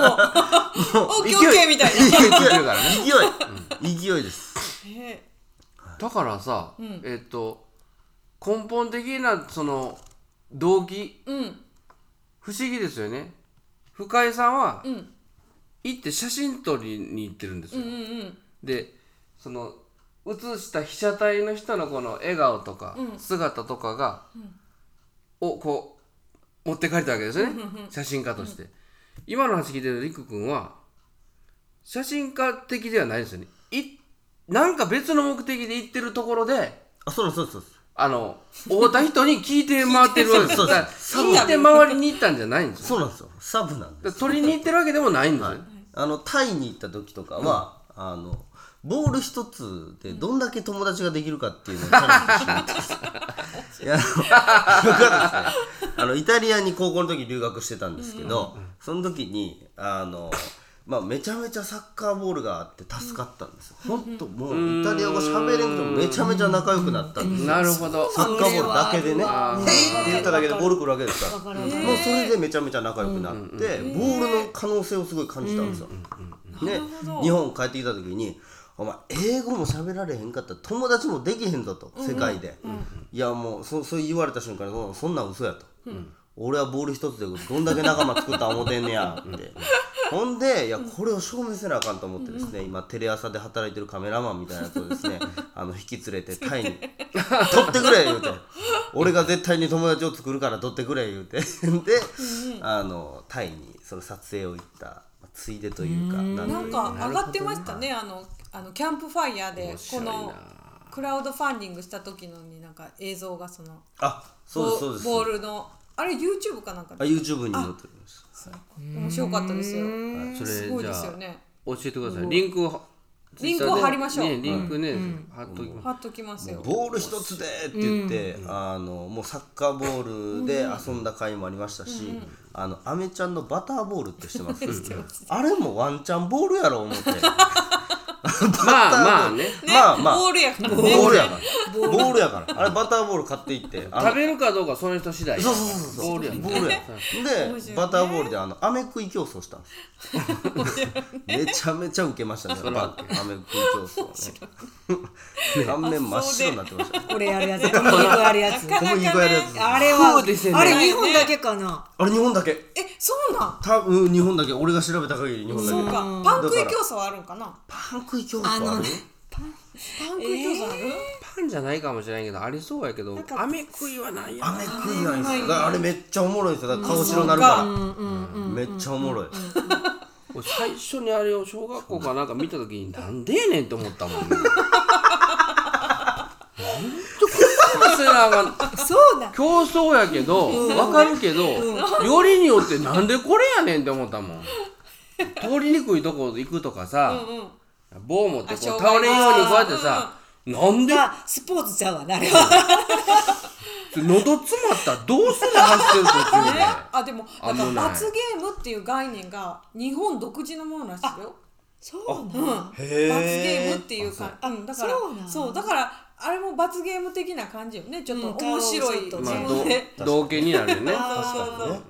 [SPEAKER 3] オッケーみたいな
[SPEAKER 1] 勢い
[SPEAKER 2] 勢いがね
[SPEAKER 1] 勢い勢いです
[SPEAKER 3] へ
[SPEAKER 2] だからさ、えっと根本的なその動機
[SPEAKER 3] え <laughs> うん
[SPEAKER 2] 不思議ですよね深井さんは
[SPEAKER 3] うん
[SPEAKER 2] 行って写真撮りに行ってるんですよ、
[SPEAKER 3] うんうん
[SPEAKER 2] でその写した被写体の人のこの笑顔とか
[SPEAKER 3] うん
[SPEAKER 2] 姿とかが、をこう持って帰ったわけですよね、写真家として、今の話聞いてるりく君は写真家的ではないですよねいなんか別の目的で行ってるところで
[SPEAKER 1] あそうそうそうそう
[SPEAKER 2] あの会うた人に聞いて回ってるわけです
[SPEAKER 1] そうそう
[SPEAKER 2] だから聞いて回りに行ったんじゃないんですよ
[SPEAKER 1] そうなんですよサブなんです
[SPEAKER 2] だから取りに行ってるわけでもないんですよ、
[SPEAKER 1] あのタイに行った時とかは、あのボール一つでどんだけ友達ができるかっていうのをチャレンジしてみたん <laughs> ですよいやあの僕はですねあのイタリアに高校の時留学してたんですけど、その時にあの、まあ、めちゃめちゃサッカーボールがあって助かったんですよ本当もうイタリア語喋れんけどめちゃめちゃ仲良くなったんですよ
[SPEAKER 2] なるほど
[SPEAKER 1] サッカーボールだけでね「へい!」って言っただけでボール来るわけですから
[SPEAKER 4] わかるわかる
[SPEAKER 1] もうそれでめちゃめちゃ仲良くなって、ボールの可能性をすごい感じたんですよ、で
[SPEAKER 3] ほど
[SPEAKER 1] 日本帰ってきた時に「お前英語も喋られへんかったら友達もできへんぞ」と世界で、いやもうそそう言われた瞬間にそ「そんなん嘘や」と。俺はボール一つでどんだけ仲間作った思てんねやってほんでいやこれを証明せなあかんと思ってですね今テレ朝で働いてるカメラマンみたいなやつをですねあの引き連れてタイに「撮ってくれ」言うて「俺が絶対に友達を作るから撮ってくれ」言うてで <laughs> あのタイにその撮影を行ったまあついでというかな
[SPEAKER 3] な
[SPEAKER 1] とい
[SPEAKER 3] ん
[SPEAKER 1] う
[SPEAKER 3] か上がってましたねあのあのキャンプファイヤーで
[SPEAKER 2] 面白
[SPEAKER 3] こ
[SPEAKER 2] いな
[SPEAKER 3] のクラウドファンディングした時のになんか映像がその
[SPEAKER 1] あそうですそうです
[SPEAKER 3] ボールのあれ YouTube かなんか
[SPEAKER 1] あ
[SPEAKER 3] で
[SPEAKER 1] YouTube に載っております
[SPEAKER 3] 面白かったですよ
[SPEAKER 2] それ
[SPEAKER 3] すごい
[SPEAKER 2] じゃ
[SPEAKER 3] です
[SPEAKER 2] あ
[SPEAKER 3] よね
[SPEAKER 2] 教えてくださいリンクを
[SPEAKER 3] リンクを貼りましょう
[SPEAKER 2] ねリンクね貼っときます
[SPEAKER 3] 貼っときますよ
[SPEAKER 1] ボール一つでって言って、あのもうサッカーボールで遊んだ回もありましたし、あのアメちゃんのバターボールってしてますあれもワンチャンボールやろ思って
[SPEAKER 2] まあまあね
[SPEAKER 1] まあまあ
[SPEAKER 3] ボールやからね
[SPEAKER 1] ボールやからボールやからあれバターボール買っていってあの
[SPEAKER 2] 食べるかどうかはその人次第
[SPEAKER 1] そうそうそうそう
[SPEAKER 2] ボールやん
[SPEAKER 1] ボールや
[SPEAKER 3] 面白い
[SPEAKER 1] で
[SPEAKER 3] ね
[SPEAKER 1] バターボールであのアメ食い競争したんですめちゃめちゃウケましたね
[SPEAKER 2] れは
[SPEAKER 1] バアメ食い競争はね顔面真っ白になってましたね
[SPEAKER 4] 俺やるやつ小麦粉やるや
[SPEAKER 2] <laughs>
[SPEAKER 4] つ
[SPEAKER 3] なかなかね
[SPEAKER 1] 小麦粉やるやつ
[SPEAKER 4] あれは
[SPEAKER 2] そうですよね
[SPEAKER 4] あれ日本だけかな
[SPEAKER 1] あれ日本だけ
[SPEAKER 3] えそうなん
[SPEAKER 1] 多分日本だけ俺が調べた限り日本だけ
[SPEAKER 3] そうかパン食い競争はあるんかな
[SPEAKER 1] パン食い競争
[SPEAKER 4] あ
[SPEAKER 1] あ
[SPEAKER 4] の
[SPEAKER 1] る
[SPEAKER 4] ね
[SPEAKER 3] パン食い競争ある
[SPEAKER 2] パンじゃないかもしれないけどありそうやけど
[SPEAKER 4] か
[SPEAKER 2] 飴食いはないや
[SPEAKER 1] あれ食いないんですよだからあれめっちゃおもろいんですよだから顔白なるからめっちゃおもろい
[SPEAKER 2] 俺最初にあれを小学校かなんか見た時になんでやねんって思った <laughs> もんねなんでこれさせなあかん
[SPEAKER 4] そうだ
[SPEAKER 2] 競争やけどわかるけど、よりによってなんでこれやねんって思ったもん通りにくいとこ行くとかさ、棒持ってこう
[SPEAKER 3] あ障害
[SPEAKER 2] 倒れんようにこうやってさ、なんで
[SPEAKER 4] あスポーツちゃうわなあれは
[SPEAKER 2] 喉詰まったらどうすんの走ってる途中で
[SPEAKER 3] えあでもなん
[SPEAKER 2] 危な
[SPEAKER 3] か
[SPEAKER 2] い
[SPEAKER 3] 罰ゲームっていう概念が日本独自のものらしいよ
[SPEAKER 4] そう
[SPEAKER 3] うん、
[SPEAKER 4] な
[SPEAKER 3] 罰ゲームっていうか、うん、だから
[SPEAKER 4] そうなん
[SPEAKER 3] そうだからあれも罰ゲーム的な感じよねちょっと
[SPEAKER 4] うん顔を
[SPEAKER 3] 面白い
[SPEAKER 4] ち
[SPEAKER 3] 自
[SPEAKER 4] ょっと
[SPEAKER 2] まあ、
[SPEAKER 3] 分で、
[SPEAKER 2] ど同型になるよね。
[SPEAKER 1] 確かにね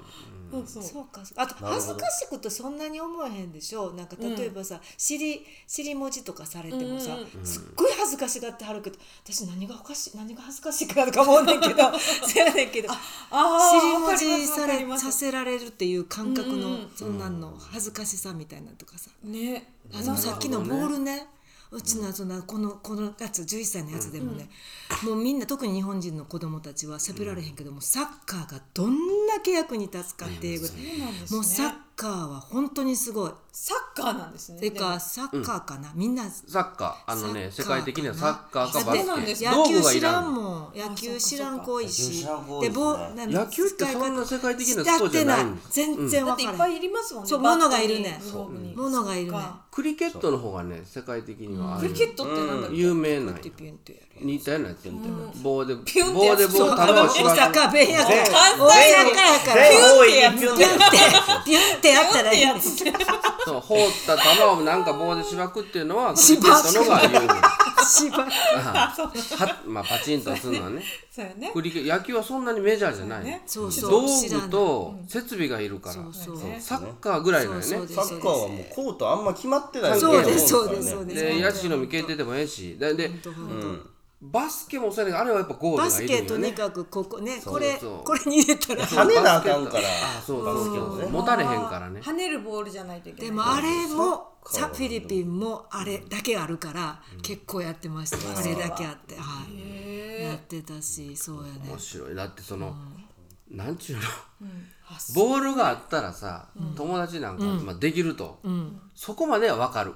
[SPEAKER 3] そうそう
[SPEAKER 4] そうかそうかあと恥ずかしくてそんなに思えへんでしょなんか例えばさ、尻尻文字とかされてもさ、すっごい恥ずかしがってはるけど私何がおかしい何が恥ずかしいかなとか思うねんけ <laughs> どせやねんけど
[SPEAKER 3] あ
[SPEAKER 4] 尻
[SPEAKER 3] あ
[SPEAKER 4] 文字さ
[SPEAKER 3] わかり
[SPEAKER 4] れ
[SPEAKER 3] ます
[SPEAKER 4] さ
[SPEAKER 3] わか
[SPEAKER 4] せられるっていう感覚の、
[SPEAKER 3] うんうん
[SPEAKER 4] そんなんの恥ずかしさみたいなのとかさ、
[SPEAKER 3] りますね
[SPEAKER 4] あのさっきのボールねうちのそのこのこのやつ11歳のやつでもね、もうみんな特に日本人の子供たちは喋られへんけどもサッカーがどんだけ役に立つかっていうぐらい
[SPEAKER 3] そうなんですね
[SPEAKER 4] もうサッカーは本当にすごい。
[SPEAKER 3] サッカーなんですね
[SPEAKER 4] てかサッカーかな、みんな
[SPEAKER 2] サッカー、あのね、世
[SPEAKER 4] サッカーかな
[SPEAKER 2] 界的にはサッカーか
[SPEAKER 3] そうな
[SPEAKER 2] バ
[SPEAKER 3] んで
[SPEAKER 2] スケ。
[SPEAKER 3] すよ
[SPEAKER 4] 野
[SPEAKER 2] 道具
[SPEAKER 4] 球
[SPEAKER 2] がい
[SPEAKER 4] 知
[SPEAKER 2] ら
[SPEAKER 4] ら
[SPEAKER 2] ん
[SPEAKER 4] ん
[SPEAKER 2] もん。
[SPEAKER 4] もん野球知らん子多い
[SPEAKER 1] 野球
[SPEAKER 4] し
[SPEAKER 1] 知らん子多い
[SPEAKER 4] で
[SPEAKER 1] ですね
[SPEAKER 4] ボーなん
[SPEAKER 2] 野球ってそんな世界的なスポーツじゃないんです
[SPEAKER 4] 使って全然
[SPEAKER 3] だ
[SPEAKER 4] わ
[SPEAKER 3] ってい
[SPEAKER 4] か
[SPEAKER 3] っぱ
[SPEAKER 4] らへ
[SPEAKER 3] い
[SPEAKER 4] ん
[SPEAKER 3] いりますもんね
[SPEAKER 4] そう
[SPEAKER 3] バットに
[SPEAKER 4] 物がいるね
[SPEAKER 3] グローブに
[SPEAKER 4] 物がいるね
[SPEAKER 3] そっか
[SPEAKER 2] クリケットの方がね、世界的にはああ
[SPEAKER 3] ク
[SPEAKER 2] い
[SPEAKER 3] リケ
[SPEAKER 2] う
[SPEAKER 3] ットってなんだっけ
[SPEAKER 2] 有名なんよ
[SPEAKER 4] ピュンピュンってやる
[SPEAKER 2] 似たようなやつみたいな。棒で、棒
[SPEAKER 3] ピュンって
[SPEAKER 2] で棒、球
[SPEAKER 4] そう
[SPEAKER 2] を
[SPEAKER 4] あの大
[SPEAKER 2] しばく。
[SPEAKER 4] 阪弁やから大阪やから
[SPEAKER 1] 全方位
[SPEAKER 4] ピ
[SPEAKER 1] に
[SPEAKER 4] ュン
[SPEAKER 1] ピ
[SPEAKER 4] っ
[SPEAKER 1] ュン
[SPEAKER 4] て
[SPEAKER 1] で
[SPEAKER 4] ピュンってやったらいい
[SPEAKER 3] や
[SPEAKER 4] んで
[SPEAKER 3] つ
[SPEAKER 4] す
[SPEAKER 3] ね
[SPEAKER 2] そう、放った球をなんか棒でしばくっていうのは、ク
[SPEAKER 4] し
[SPEAKER 2] リケ
[SPEAKER 4] ばく
[SPEAKER 2] ットの方が有名。
[SPEAKER 4] 芝 <laughs>
[SPEAKER 2] あはまあ、パチンとするのはね。
[SPEAKER 3] <laughs> そうやね
[SPEAKER 2] クリケ野球はそんなにメジャーじゃない。
[SPEAKER 3] ね
[SPEAKER 4] そうそう
[SPEAKER 2] 道
[SPEAKER 4] 知らん
[SPEAKER 2] 具と設備がいるから。
[SPEAKER 4] そうそう
[SPEAKER 2] そうサッカーぐらいだよ
[SPEAKER 4] そうそう
[SPEAKER 2] ね
[SPEAKER 4] で。す
[SPEAKER 1] サッカーはもうコートあんま決まってない
[SPEAKER 4] そうです
[SPEAKER 1] ゲー
[SPEAKER 4] そう
[SPEAKER 1] ム
[SPEAKER 4] で
[SPEAKER 1] ですす
[SPEAKER 4] そ
[SPEAKER 1] から
[SPEAKER 4] う
[SPEAKER 1] ね
[SPEAKER 4] です
[SPEAKER 2] で、ヤシの実蹴っててもええし。で、で
[SPEAKER 4] 本当本当
[SPEAKER 2] バスケもそうやねんけどあれはやっぱゴールが
[SPEAKER 4] バ
[SPEAKER 2] いるよね。
[SPEAKER 4] スケとにかくここねこれ
[SPEAKER 2] そうそう
[SPEAKER 4] これに入れたら
[SPEAKER 1] 跳ねなあかんから
[SPEAKER 2] あそうそうそう
[SPEAKER 1] バスケをね
[SPEAKER 2] 持たれへんからね
[SPEAKER 3] 跳ねるボールじゃないといけない
[SPEAKER 4] でもあれもさフィリピンもあれだけあるから結構やってました、あれだけあって、はい、やってたしそうやね
[SPEAKER 2] 面白いだってその、なんちゅうの
[SPEAKER 3] あそう
[SPEAKER 2] ボールがあったらさ、友達なんか、まあ、できると、そこまでは分かる、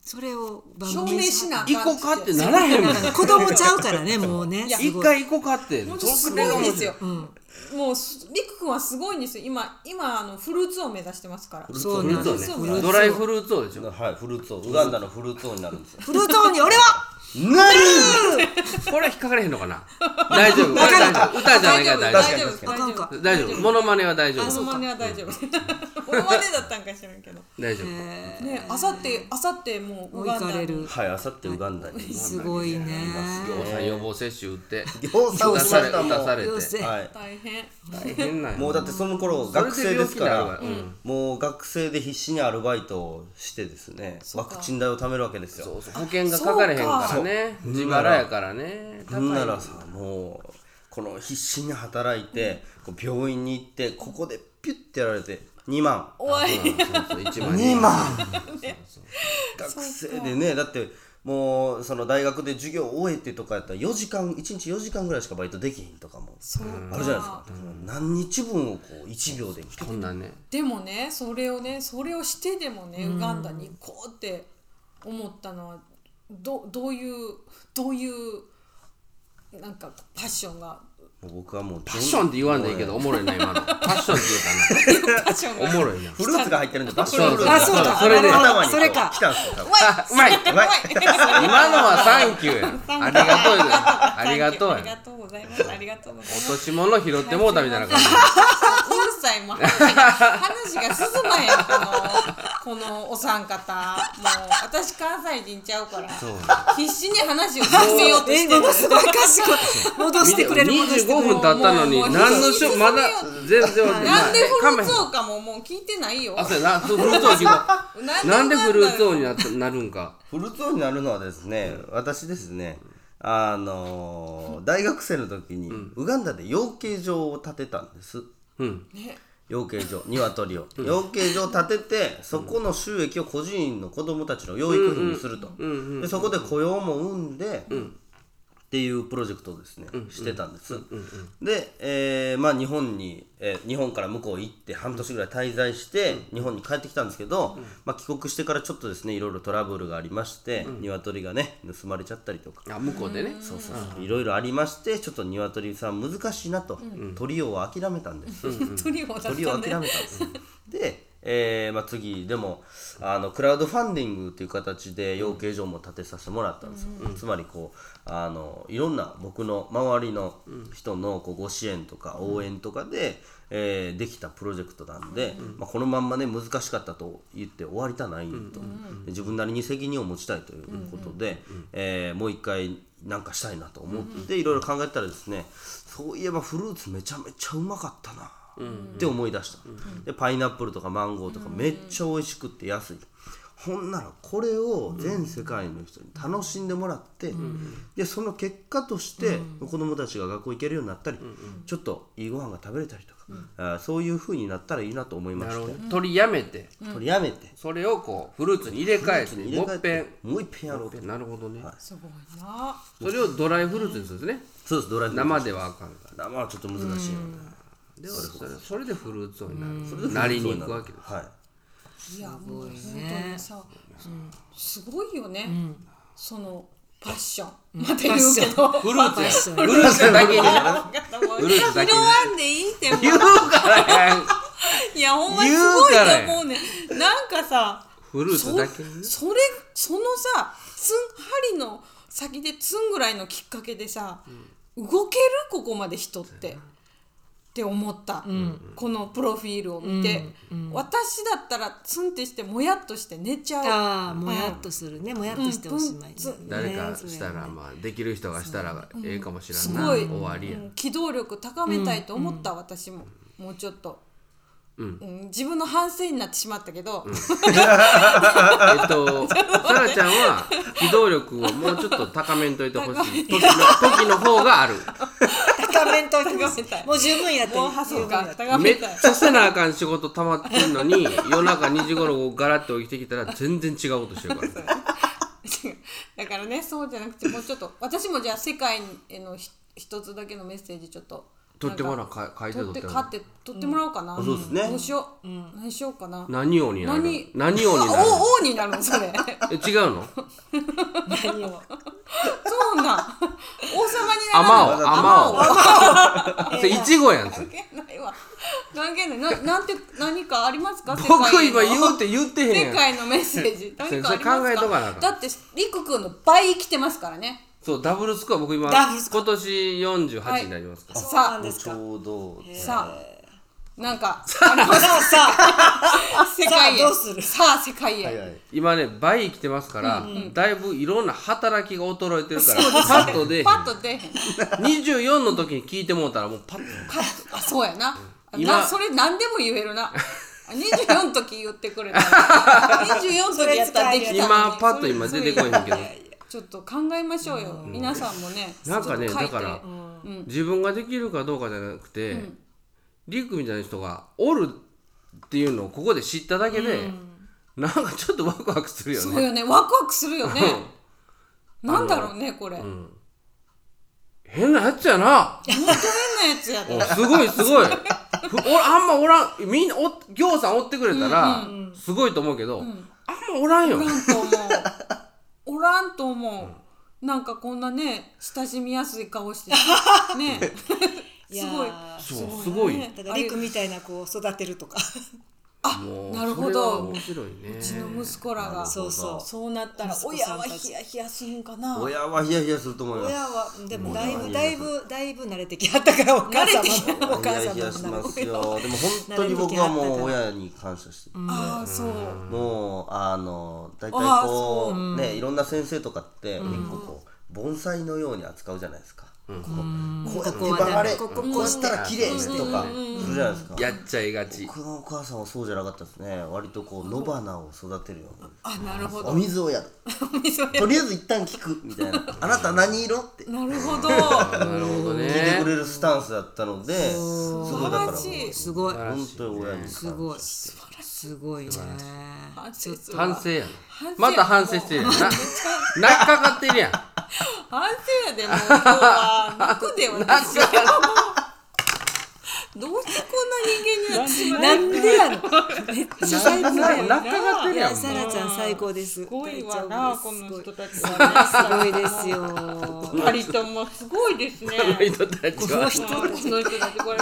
[SPEAKER 4] それを番
[SPEAKER 3] 証明しなあかん
[SPEAKER 2] 行こうかってならへんもん
[SPEAKER 4] <laughs> 子供ちゃうからねもうね
[SPEAKER 3] いや
[SPEAKER 4] す
[SPEAKER 2] 一
[SPEAKER 4] ごい
[SPEAKER 2] 回行こうかって
[SPEAKER 3] 本当
[SPEAKER 2] そ
[SPEAKER 3] す
[SPEAKER 2] れ
[SPEAKER 3] ご
[SPEAKER 2] が
[SPEAKER 3] い
[SPEAKER 2] 面白
[SPEAKER 3] んですよ。もうすりくくんはすごいんですよ。今今あのフルーツを目指してますから。
[SPEAKER 4] そう
[SPEAKER 2] フル
[SPEAKER 4] な
[SPEAKER 2] ー
[SPEAKER 4] ん
[SPEAKER 2] ツ
[SPEAKER 4] で
[SPEAKER 2] をね
[SPEAKER 4] すよ
[SPEAKER 2] フ
[SPEAKER 4] フ
[SPEAKER 2] ル
[SPEAKER 4] ル
[SPEAKER 2] ーツドライフルーツをでしょ
[SPEAKER 1] はいフルーツ王ウガンダのフルーツ王になるんですよ
[SPEAKER 4] フルートーンに俺は
[SPEAKER 1] なる
[SPEAKER 2] これは引っかからへんのかな大丈夫これ大丈夫歌じゃないから大
[SPEAKER 3] 大
[SPEAKER 2] 丈
[SPEAKER 3] 丈
[SPEAKER 1] 夫
[SPEAKER 3] 夫大丈夫
[SPEAKER 4] あかんか
[SPEAKER 2] 夫大丈夫モノマネは大丈
[SPEAKER 3] モノ
[SPEAKER 2] 夫
[SPEAKER 3] マネは大丈夫。 <laughs> これまでだったんか知らんけど
[SPEAKER 2] 大丈夫、
[SPEAKER 4] え
[SPEAKER 3] ねあさってあさってもう
[SPEAKER 4] ー、
[SPEAKER 3] ウ
[SPEAKER 4] 追い
[SPEAKER 3] ガンダ
[SPEAKER 4] かれる
[SPEAKER 1] はい、あさってウガンダに。
[SPEAKER 4] すごいね
[SPEAKER 2] お産予防接種打って
[SPEAKER 1] 行さを
[SPEAKER 2] 出
[SPEAKER 1] し
[SPEAKER 2] さ
[SPEAKER 1] ま
[SPEAKER 2] れ
[SPEAKER 1] したもん。
[SPEAKER 2] 打たされて
[SPEAKER 4] 陽性
[SPEAKER 1] <laughs> は
[SPEAKER 3] 大変
[SPEAKER 2] 大変なん
[SPEAKER 1] い。
[SPEAKER 2] や
[SPEAKER 1] もうだってその頃
[SPEAKER 2] それ
[SPEAKER 1] 学生ですか
[SPEAKER 2] 病
[SPEAKER 1] ら
[SPEAKER 2] 気になるわ、うん
[SPEAKER 1] もう学生で必死にアルバイトをしてですね、
[SPEAKER 3] そう
[SPEAKER 1] ワ
[SPEAKER 3] か
[SPEAKER 1] クチン代を貯めるわけです
[SPEAKER 2] そ
[SPEAKER 1] よ。
[SPEAKER 2] うそう保険がかかれへんからね
[SPEAKER 1] そう
[SPEAKER 2] 自腹やからね
[SPEAKER 1] ほんならさ、もうこの必死に働いて、こう病院に行ってここでピュッてやられて2万。
[SPEAKER 3] おわり
[SPEAKER 2] 1万
[SPEAKER 1] 2万。
[SPEAKER 2] そう
[SPEAKER 1] 学生でねだってもうその大学で授業終えてとかやったら4時間1日4時間ぐらいしかバイトできへんとかも
[SPEAKER 3] そう
[SPEAKER 1] あるじゃないですか
[SPEAKER 3] か、
[SPEAKER 1] 何日分をこう1秒で
[SPEAKER 2] こんなんね
[SPEAKER 3] でもねそれをねそれをしてでもねウガンダに行こうって思ったのはどどういうどういうなんかパッションが
[SPEAKER 1] もう僕はもう
[SPEAKER 2] パッションって言わんでいいけどおもろいな今のパッションって言
[SPEAKER 3] パッション
[SPEAKER 2] う
[SPEAKER 3] が
[SPEAKER 2] た <laughs>
[SPEAKER 3] <laughs>
[SPEAKER 2] なおもろ
[SPEAKER 1] <laughs>
[SPEAKER 2] いな
[SPEAKER 1] フルーツが入ってるんでバッションフルーツ
[SPEAKER 4] あそうだ
[SPEAKER 1] それで
[SPEAKER 4] あ
[SPEAKER 1] 頭にこ
[SPEAKER 4] そ
[SPEAKER 1] う
[SPEAKER 4] れか
[SPEAKER 1] 来たんですよ多分
[SPEAKER 2] あうまい今の
[SPEAKER 1] うまい
[SPEAKER 2] はサンキューやありがとうやありがとう
[SPEAKER 3] ありが
[SPEAKER 2] や
[SPEAKER 3] とうございますありがとうございます
[SPEAKER 2] 落とし物拾ってもうたみたいな感じ
[SPEAKER 3] うるさいもう話が話が進まへんこのこのお三方もう私関西人ちゃうから
[SPEAKER 2] そう
[SPEAKER 3] 必死に話を進めようとして
[SPEAKER 4] え
[SPEAKER 3] る
[SPEAKER 4] ものすごい賢い戻してくれる戻してくれ
[SPEAKER 2] 25
[SPEAKER 4] る
[SPEAKER 2] 分経ったのに
[SPEAKER 3] もうもう
[SPEAKER 2] 何のしょ
[SPEAKER 3] もう
[SPEAKER 2] まだ全然わか
[SPEAKER 3] なんでフルーツ
[SPEAKER 2] ん
[SPEAKER 3] 王かももう聞いてないよ
[SPEAKER 2] あそうやなそうフルーツ王聞こうなんでフルーツ王になったなるんか
[SPEAKER 1] フルーツ王になるのはですね私ですねあのー大学生の時にウガンダで養鶏場を建てたんです
[SPEAKER 2] うん
[SPEAKER 1] 養鶏 <laughs> 場鶏を養鶏場を建ててそこの収益を個人の子供たちの養育費にするとでそこで雇用も生んでっていうプロジェクトをですねしてたんですで、えーまあ、日本に、えー日本から向こう行って半年ぐらい滞在して日本に帰ってきたんですけど、まあ、帰国してからちょっとですねいろいろトラブルがありまして鶏がね盗まれちゃったりとか
[SPEAKER 2] あ向こうでねそう
[SPEAKER 1] そうそういろいろありましてちょっと鶏さん難しいなと鳥を諦めたんです
[SPEAKER 3] 鳥を出した
[SPEAKER 1] 鳥を諦
[SPEAKER 3] ね
[SPEAKER 1] めたんです。で、えーまあ、次でもあのクラウドファンディングという形で養鶏場も建てさせてもらったんですよ、つまりこうあのいろんな僕の周りの人のこうご支援とか応援とかで、えーできたプロジェクトなんで、まあ、このまんまね難しかったと言って終わりたないと、で自分なりに責任を持ちたいということで、えーもう一回なんかしたいなと思っていろいろ考えたらですねそういえばフルーツめちゃめちゃうまかったなって思い出した、でパイナップルとかマンゴーとかめっちゃ美味しくって安い、ほんならこれを全世界の人に楽しんでもらって、でその結果として子供たちが学校行けるようになったり、ちょっといいご飯が食べれたりとか、あーそういう風になったらいいなと思いま
[SPEAKER 2] なる
[SPEAKER 1] し
[SPEAKER 2] ほ
[SPEAKER 1] て
[SPEAKER 2] ど鳥やめて
[SPEAKER 1] これやめて
[SPEAKER 2] それをこうフルーツに入れ替えて
[SPEAKER 1] 入れ
[SPEAKER 2] もっ
[SPEAKER 1] 替え
[SPEAKER 2] ぺん
[SPEAKER 1] てもう一遍やろうと
[SPEAKER 2] なるほどね
[SPEAKER 1] はい
[SPEAKER 3] すごいな
[SPEAKER 2] それをドライフルーツにするんですね
[SPEAKER 1] そうですドライフルーツ
[SPEAKER 2] 生ではあかんから
[SPEAKER 1] 生はちょっと難しいので
[SPEAKER 2] でそれそれでフルーツ王にな
[SPEAKER 1] そ
[SPEAKER 2] る
[SPEAKER 1] れで
[SPEAKER 2] なりに行くわけです
[SPEAKER 1] はい
[SPEAKER 3] いやもう本当にさすごいよねそのパッションまた言うけど
[SPEAKER 2] フルーツや
[SPEAKER 4] そう
[SPEAKER 2] フルーツだけ <laughs> にね
[SPEAKER 3] フ
[SPEAKER 2] ルーツだけ
[SPEAKER 3] 拾
[SPEAKER 2] ね
[SPEAKER 3] わんでいいってもう
[SPEAKER 2] 言うからやん
[SPEAKER 3] いやほんまにすごい
[SPEAKER 2] 言うからや
[SPEAKER 3] と思うねんなんかさ
[SPEAKER 2] フルーツだけにね
[SPEAKER 3] それそのさつん針の先でつんぐらいのきっかけでさ、動けるここまで人って。って思った、このプロフィールを見て、私だったらツンってしてもやっとして寝ちゃう
[SPEAKER 4] ああもやっとするねもやっとしておしまい、ね
[SPEAKER 2] 誰かしたら
[SPEAKER 4] ね
[SPEAKER 2] まあできる人がしたらええかもし
[SPEAKER 3] す
[SPEAKER 2] れんな
[SPEAKER 3] ごい、
[SPEAKER 2] 終わりや
[SPEAKER 3] うん機動力高めたいと思った、私ももうちょっと、うん自分の反省になってしまったけど、
[SPEAKER 2] えっとさらちゃんは機動力をもうちょっと高めんといてほしい
[SPEAKER 3] <laughs>
[SPEAKER 2] 時の時の方がある
[SPEAKER 4] 高めんといてます
[SPEAKER 3] 高めたい
[SPEAKER 4] もう十分やってる
[SPEAKER 3] もうはそうか
[SPEAKER 2] め
[SPEAKER 3] 高め
[SPEAKER 2] った
[SPEAKER 3] い <laughs>
[SPEAKER 2] ちゃせなあかん仕事溜まってんのに夜中2時頃ガラッと起きてきたら全然違うことしてる
[SPEAKER 3] <laughs>
[SPEAKER 2] から
[SPEAKER 3] 違うだからねそうじゃなくてもうちょっと私もじゃあ世界へのひ一つだけのメッセージちょっと
[SPEAKER 2] 取ってもらう
[SPEAKER 3] う
[SPEAKER 2] か書いて
[SPEAKER 3] 取
[SPEAKER 2] 取
[SPEAKER 3] っ
[SPEAKER 2] ってても
[SPEAKER 3] 買
[SPEAKER 2] ら
[SPEAKER 3] っ
[SPEAKER 2] う
[SPEAKER 3] て取ってもらおうかな、
[SPEAKER 1] んそうですね
[SPEAKER 3] どうしよう、何しようかな
[SPEAKER 2] 何王になる
[SPEAKER 3] 何
[SPEAKER 2] 何王にな
[SPEAKER 3] あ
[SPEAKER 2] る
[SPEAKER 3] 王王になるのそ <laughs> れ
[SPEAKER 2] え違うの
[SPEAKER 4] 何を
[SPEAKER 3] そうなん王様にな
[SPEAKER 2] ア
[SPEAKER 3] る
[SPEAKER 2] マ
[SPEAKER 1] わざ
[SPEAKER 2] オ
[SPEAKER 1] と
[SPEAKER 2] アマオそれイチゴやんそれ
[SPEAKER 3] 関係ないわ関係ないななんて何かありますか
[SPEAKER 2] 僕
[SPEAKER 3] 世
[SPEAKER 2] 今
[SPEAKER 3] 界への
[SPEAKER 2] 言うて言ってへん
[SPEAKER 3] 世
[SPEAKER 2] やん
[SPEAKER 3] 界のメッセージ何かあります
[SPEAKER 2] それ考えとかなあかん
[SPEAKER 3] だってりくくんの倍生きてますからね
[SPEAKER 2] そうダブルスコア僕今
[SPEAKER 4] ダブルスコ
[SPEAKER 2] 今年48になりますから
[SPEAKER 3] さあ
[SPEAKER 1] ちょうど
[SPEAKER 3] さあな
[SPEAKER 2] <laughs>
[SPEAKER 3] んかありますかさ
[SPEAKER 4] <laughs>
[SPEAKER 3] あ世界へ
[SPEAKER 4] さあどうする
[SPEAKER 3] さあ世界へ、
[SPEAKER 1] はいはい
[SPEAKER 2] 今ね倍生きてますから、だいぶいろんな働きが衰えてるからパッとで
[SPEAKER 3] パッと出へん
[SPEAKER 2] 24の時に聞いてもうたらもうパッと
[SPEAKER 3] パッとあそうやな
[SPEAKER 2] <laughs> 今
[SPEAKER 3] なそれ何でも言え
[SPEAKER 2] <laughs>
[SPEAKER 3] るな24の時言ってくれたら24の時やったらできたのに
[SPEAKER 2] 今パッと今
[SPEAKER 3] それ
[SPEAKER 2] 出てこいへんけど
[SPEAKER 3] ちょっと考えましょうよ、皆さんもね
[SPEAKER 2] なんかね
[SPEAKER 3] ちょっと書い
[SPEAKER 2] だ
[SPEAKER 3] て
[SPEAKER 2] から
[SPEAKER 3] うん
[SPEAKER 2] 自分ができるかどうかじゃなくて、リクみたいな人がおるっていうのをここで知っただけで、なんかちょっとワクワクするよ
[SPEAKER 3] そう
[SPEAKER 2] ね。
[SPEAKER 3] よねワクワクするよねなんだろうねこれ、
[SPEAKER 2] 変なやつやな。
[SPEAKER 3] 変なやつや
[SPEAKER 2] お
[SPEAKER 3] で
[SPEAKER 2] すごいすごい。ふ俺あんまおらんみんなおぎょうさんおってくれたらすごいと思うけど、あんまおらんよ
[SPEAKER 3] お。らんと思うおらんと思うなんかこんなね親しみやすい顔してねすごい
[SPEAKER 4] やー
[SPEAKER 2] そうすごい。
[SPEAKER 3] ね
[SPEAKER 4] だからリクみたいな子を育てるとか
[SPEAKER 3] あ
[SPEAKER 2] もう
[SPEAKER 3] なるほ
[SPEAKER 2] それは
[SPEAKER 3] どう
[SPEAKER 2] 面白いね。
[SPEAKER 3] ちの息子らが
[SPEAKER 1] そ
[SPEAKER 3] そう
[SPEAKER 4] う
[SPEAKER 1] そ
[SPEAKER 4] そうう
[SPEAKER 3] なったら
[SPEAKER 4] 息子
[SPEAKER 3] 親
[SPEAKER 4] さん
[SPEAKER 3] は
[SPEAKER 4] たち
[SPEAKER 3] ヒヤヒヤするんかな
[SPEAKER 1] 親はヒヤヒヤすると思います
[SPEAKER 4] 親はでもだい
[SPEAKER 1] もう
[SPEAKER 4] ぶ
[SPEAKER 1] だ
[SPEAKER 4] だ
[SPEAKER 1] い
[SPEAKER 4] い
[SPEAKER 1] ぶ
[SPEAKER 4] ぶだいぶ慣れてきはったからお母
[SPEAKER 3] 慣れてき
[SPEAKER 4] 様
[SPEAKER 3] た
[SPEAKER 4] のお
[SPEAKER 1] ヒヤ
[SPEAKER 4] 母
[SPEAKER 1] ヒヤし
[SPEAKER 4] 様の
[SPEAKER 1] ます
[SPEAKER 4] 女の
[SPEAKER 1] よでも本当に僕はもう親に感謝してる
[SPEAKER 3] ああそう
[SPEAKER 1] もうあの大体
[SPEAKER 3] あー
[SPEAKER 1] こ
[SPEAKER 3] そう
[SPEAKER 1] ねいろんな先生とかって結構こう盆栽のように扱うじゃないですか。こうやって曲がれ
[SPEAKER 4] ここはねここ
[SPEAKER 1] こうしたら綺麗とかするじゃないですか。
[SPEAKER 2] やっちゃいがち。
[SPEAKER 1] 僕のお母さんはそうじゃなかったですね割とこう野花を育てるように
[SPEAKER 3] あなるほ
[SPEAKER 1] お
[SPEAKER 3] ど
[SPEAKER 1] 水をやるとりあえず一旦聞くみたいな「あなた何色?」って
[SPEAKER 3] なるほど
[SPEAKER 2] なるほど
[SPEAKER 1] 聞いて
[SPEAKER 2] ね
[SPEAKER 1] く。れるスタンスだったので、すごいだから
[SPEAKER 3] 素晴
[SPEAKER 1] もう
[SPEAKER 3] らしい
[SPEAKER 4] すごい
[SPEAKER 1] 本当に親に感謝
[SPEAKER 4] すごいすごい <laughs> ね
[SPEAKER 3] 反省するわ
[SPEAKER 2] 反省やな
[SPEAKER 3] 反省や。
[SPEAKER 2] また反省してるやんな。泣っかかってるやん。
[SPEAKER 3] 反省やでもう今日は泣くで私はもうどうしてこんな人間になってしまう
[SPEAKER 4] なんでやのめっちゃ最高
[SPEAKER 2] な泣
[SPEAKER 4] や
[SPEAKER 2] っ
[SPEAKER 4] ん
[SPEAKER 2] かかって
[SPEAKER 4] い
[SPEAKER 2] るや
[SPEAKER 4] や
[SPEAKER 2] ん。
[SPEAKER 4] サラちゃん最高です
[SPEAKER 3] すごいわなこの人たち
[SPEAKER 4] す
[SPEAKER 3] は
[SPEAKER 4] ご
[SPEAKER 3] ね
[SPEAKER 4] いですよ
[SPEAKER 3] 二人ともすごいですね
[SPEAKER 2] この人たちは。
[SPEAKER 3] この人たちこれ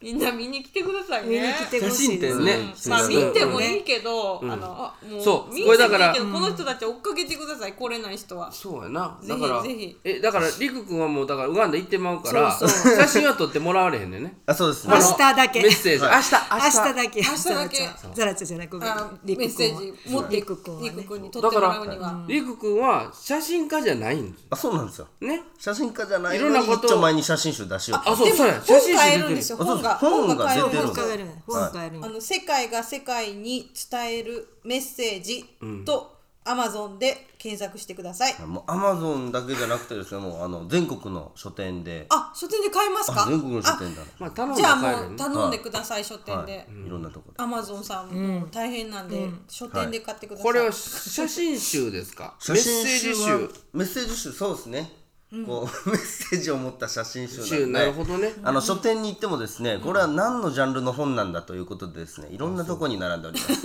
[SPEAKER 3] みんな見に来てください
[SPEAKER 4] 見に
[SPEAKER 3] ね
[SPEAKER 4] 来てほしいです
[SPEAKER 2] 写真展ね
[SPEAKER 3] うんまあ見てもいいけど、
[SPEAKER 2] ん
[SPEAKER 3] あのあもう
[SPEAKER 2] そう
[SPEAKER 3] 見
[SPEAKER 2] これだ
[SPEAKER 3] ても
[SPEAKER 2] か
[SPEAKER 3] いい
[SPEAKER 2] ら
[SPEAKER 3] けどこの人たち追っかけてください来れない人は
[SPEAKER 2] そうやな。
[SPEAKER 3] ぜ
[SPEAKER 2] だ
[SPEAKER 3] ひ
[SPEAKER 2] から
[SPEAKER 3] ぜひ、
[SPEAKER 2] え、だから、りくくんはもう、だから、ウガンダ行ってまうから、
[SPEAKER 4] そうそ
[SPEAKER 2] 写真は撮ってもらわれへんねんね。
[SPEAKER 1] あそうですね
[SPEAKER 4] 明日だけ
[SPEAKER 2] あのメッセージ。明
[SPEAKER 1] はい
[SPEAKER 4] 明
[SPEAKER 2] 日、
[SPEAKER 4] 日
[SPEAKER 2] 明
[SPEAKER 4] だけ
[SPEAKER 3] 明日だけ
[SPEAKER 4] ザラちゃんじゃなく
[SPEAKER 3] あメッセージ持って
[SPEAKER 4] リ
[SPEAKER 3] い
[SPEAKER 4] ク
[SPEAKER 3] く
[SPEAKER 4] 君は
[SPEAKER 3] リ
[SPEAKER 4] ね
[SPEAKER 3] ク君に
[SPEAKER 2] 日。
[SPEAKER 3] 取
[SPEAKER 2] だ
[SPEAKER 3] って
[SPEAKER 2] か
[SPEAKER 3] もらうに
[SPEAKER 2] ら
[SPEAKER 3] は、
[SPEAKER 2] りくくんは写真家じゃないんです。
[SPEAKER 1] あそうなんですよ
[SPEAKER 2] ね。
[SPEAKER 1] 写真家じゃない
[SPEAKER 2] いろん
[SPEAKER 1] の
[SPEAKER 2] な
[SPEAKER 1] に
[SPEAKER 2] ことを
[SPEAKER 1] 一丁前に写真集出しようと
[SPEAKER 2] あ、そう、そうや。写
[SPEAKER 3] 本
[SPEAKER 2] 真
[SPEAKER 3] 買
[SPEAKER 2] 集
[SPEAKER 3] えるん
[SPEAKER 2] 出
[SPEAKER 3] で
[SPEAKER 2] て
[SPEAKER 3] す
[SPEAKER 2] る。
[SPEAKER 3] よ本が
[SPEAKER 1] あそうそう本が
[SPEAKER 3] 買える
[SPEAKER 1] 出てる
[SPEAKER 4] 本
[SPEAKER 1] んで
[SPEAKER 4] 買える本買える
[SPEAKER 3] あの世界が世界に伝えるメッセージと、アマゾンで検索してください
[SPEAKER 1] もうアマゾンだけじゃなくてですねもうあの全国の書店で
[SPEAKER 3] あ書店で買えますか
[SPEAKER 1] あ全国の書店だ
[SPEAKER 2] まあ、頼ん
[SPEAKER 3] あ
[SPEAKER 2] で
[SPEAKER 3] じゃあ
[SPEAKER 2] 帰るよ
[SPEAKER 3] もう
[SPEAKER 2] ね。
[SPEAKER 3] 頼んでください、書
[SPEAKER 1] な
[SPEAKER 3] 店
[SPEAKER 1] は
[SPEAKER 3] で、
[SPEAKER 1] いいろんなとこで
[SPEAKER 3] アマゾンさんも大変なんで、書店で買ってください、
[SPEAKER 2] これは写真集ですか。メッ
[SPEAKER 1] 写真
[SPEAKER 2] セー
[SPEAKER 1] 集
[SPEAKER 2] ジ
[SPEAKER 1] は
[SPEAKER 2] 集。
[SPEAKER 1] メッセージ集そうですね、こう <laughs> メッセージを持った写真集なんで
[SPEAKER 2] 集、なるほどね。
[SPEAKER 1] あの書店に行ってもですね、これは何のジャンルの本なんだということでですね、いろんなとこに並んでおります。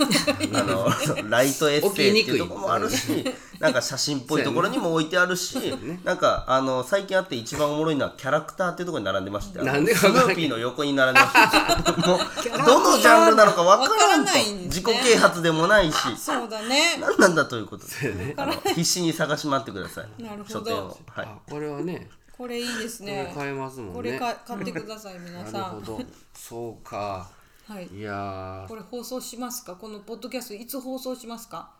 [SPEAKER 1] あのそうライトエッセイっていうとこもあるし、なんか写真っぽいところにも置いてあるし、なんかあの最近あって一番おもろいのはキャラクターっていうところに並んでまして、あの
[SPEAKER 2] なんで
[SPEAKER 1] ス
[SPEAKER 2] か
[SPEAKER 1] ヌ
[SPEAKER 2] わからん
[SPEAKER 1] ーピーの横に並んでました。もうどのジャンルなのかわからんと
[SPEAKER 3] わからないんですね
[SPEAKER 1] 自己啓発でもないし、
[SPEAKER 3] そうだね
[SPEAKER 1] 何なんだということで、あの必死に探し回ってください。
[SPEAKER 3] なるほど
[SPEAKER 1] 書店を。はい。
[SPEAKER 2] あ、これはね、
[SPEAKER 3] これいいです
[SPEAKER 2] これ
[SPEAKER 3] ね
[SPEAKER 2] 買えますも
[SPEAKER 3] こ
[SPEAKER 2] んね。
[SPEAKER 3] れ
[SPEAKER 2] な
[SPEAKER 3] か買ってください皆
[SPEAKER 2] る
[SPEAKER 3] さ
[SPEAKER 2] ほ
[SPEAKER 3] ん
[SPEAKER 2] ど。そうか。
[SPEAKER 3] はい
[SPEAKER 2] いやー
[SPEAKER 3] これ放送しますかこのポッドキャストいつ放送しますか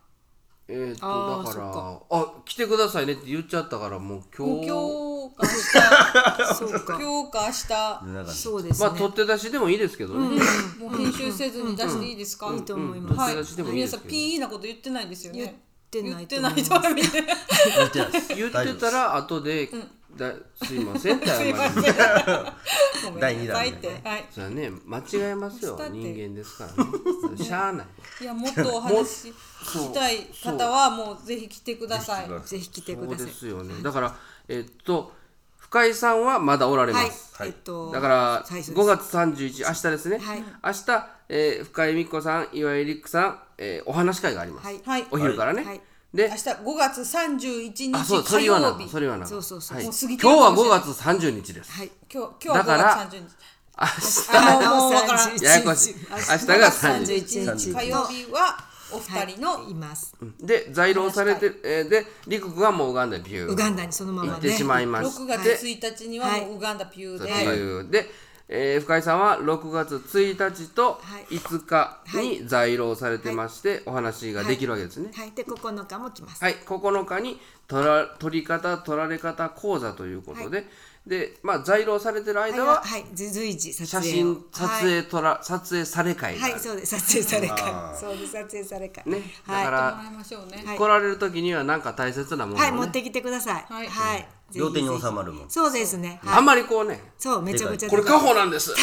[SPEAKER 2] えー、と
[SPEAKER 4] あー
[SPEAKER 2] だから
[SPEAKER 4] そっ
[SPEAKER 2] あ来てくださいねって言っちゃったからもう今
[SPEAKER 3] 今
[SPEAKER 2] 日
[SPEAKER 3] 日か明
[SPEAKER 4] そう
[SPEAKER 2] <laughs>
[SPEAKER 3] 日
[SPEAKER 4] か
[SPEAKER 3] 今日か明
[SPEAKER 1] なんかね
[SPEAKER 4] そうです
[SPEAKER 2] まあ
[SPEAKER 4] ね
[SPEAKER 2] 取って出しでもいいですけどね、
[SPEAKER 3] 日もう編集せずに出していいですか、
[SPEAKER 4] いいと思いま
[SPEAKER 3] は
[SPEAKER 4] す
[SPEAKER 3] い
[SPEAKER 2] 出し、てもいいで
[SPEAKER 3] 皆
[SPEAKER 2] す
[SPEAKER 3] さん
[SPEAKER 2] けど
[SPEAKER 3] ピーなこと言ってないですよね
[SPEAKER 4] 言ってないと
[SPEAKER 3] 言
[SPEAKER 4] 思い
[SPEAKER 3] って
[SPEAKER 4] ます
[SPEAKER 3] ないと思います
[SPEAKER 1] 言ってないです
[SPEAKER 2] 言ってたら後で、だすいませんって謝
[SPEAKER 3] <laughs> すい
[SPEAKER 2] り
[SPEAKER 3] ま
[SPEAKER 2] ま
[SPEAKER 3] せん
[SPEAKER 2] す。
[SPEAKER 3] ごめん
[SPEAKER 1] 第二
[SPEAKER 3] なさい
[SPEAKER 1] 弾
[SPEAKER 3] っ
[SPEAKER 1] で
[SPEAKER 3] て、
[SPEAKER 1] ね
[SPEAKER 3] はい。
[SPEAKER 2] それはね間違えますよ
[SPEAKER 3] だって
[SPEAKER 2] 人間ですからねそれしゃあない
[SPEAKER 3] いや、もっとお話聞きたい方はもうぜひ来てください。
[SPEAKER 1] そう
[SPEAKER 4] ぜひ来て
[SPEAKER 2] そ
[SPEAKER 4] く
[SPEAKER 2] う
[SPEAKER 4] だ
[SPEAKER 2] で
[SPEAKER 4] さい
[SPEAKER 2] すよねだからえっと深井さんはまだおられま
[SPEAKER 4] はい
[SPEAKER 2] す、
[SPEAKER 1] はい
[SPEAKER 4] えっと
[SPEAKER 2] だから
[SPEAKER 4] 最初
[SPEAKER 2] 5月31明日ですね、
[SPEAKER 4] はい
[SPEAKER 2] 明日、えー深井美子さん岩井陸さん、えーお話し会があります、
[SPEAKER 4] はい
[SPEAKER 3] はい。
[SPEAKER 2] お昼からね、
[SPEAKER 4] はい
[SPEAKER 2] で
[SPEAKER 3] 明日5月31日
[SPEAKER 2] あ、そう、そ
[SPEAKER 3] 火
[SPEAKER 2] れ言わ
[SPEAKER 3] 曜
[SPEAKER 2] な
[SPEAKER 3] 日。
[SPEAKER 2] い、それ言わない。
[SPEAKER 4] そうそうそう
[SPEAKER 2] はい
[SPEAKER 3] もう過ぎ
[SPEAKER 2] 今
[SPEAKER 3] て
[SPEAKER 2] 日
[SPEAKER 3] る
[SPEAKER 2] は
[SPEAKER 3] か
[SPEAKER 2] 5
[SPEAKER 3] もしれない
[SPEAKER 2] 月30日です。
[SPEAKER 4] はい
[SPEAKER 3] 今日今日
[SPEAKER 2] だ
[SPEAKER 3] は
[SPEAKER 2] から
[SPEAKER 3] 5月30日。
[SPEAKER 2] 明
[SPEAKER 3] あ
[SPEAKER 4] あ
[SPEAKER 3] もうもうわからん
[SPEAKER 4] 31
[SPEAKER 2] 日、ややこしい。明日が30日。
[SPEAKER 4] 31日
[SPEAKER 3] 火曜日はお二人の、
[SPEAKER 4] います
[SPEAKER 2] で、在廊されて、えーで、陸君はもうウガンダにビュー。
[SPEAKER 4] ウガンダにそのま
[SPEAKER 2] 行
[SPEAKER 4] ま
[SPEAKER 2] っ
[SPEAKER 4] ね
[SPEAKER 2] てしまいまし
[SPEAKER 3] 6
[SPEAKER 2] て。
[SPEAKER 3] 月1日にはもうウガンダピューで、
[SPEAKER 2] というで、えー深井さんは6月1日と
[SPEAKER 4] はい
[SPEAKER 2] 5日に在労されてまして、お話ができるわけですね。
[SPEAKER 4] はい、で9日も来ます。
[SPEAKER 2] はい、9日に取ら取り方取られ方講座ということで、で、まあ、在労されてる間は
[SPEAKER 4] はい、ず随時撮
[SPEAKER 2] 写
[SPEAKER 4] 影を
[SPEAKER 2] 真撮影撮ら、撮影され会があ
[SPEAKER 4] はい、
[SPEAKER 2] る、
[SPEAKER 4] はい、そうです撮影され会そうです撮影され会
[SPEAKER 2] ねだから、
[SPEAKER 3] もらいましょうね。
[SPEAKER 4] はい
[SPEAKER 2] 来られる時には何か大切なものを、ね
[SPEAKER 4] はい持ってきてください
[SPEAKER 3] は
[SPEAKER 4] はいい、
[SPEAKER 1] 両手に収
[SPEAKER 4] る
[SPEAKER 1] まるもん
[SPEAKER 4] そうですねはい
[SPEAKER 2] あんまりこうね
[SPEAKER 4] そうめちゃくちゃ
[SPEAKER 2] これ家宝なんです、こ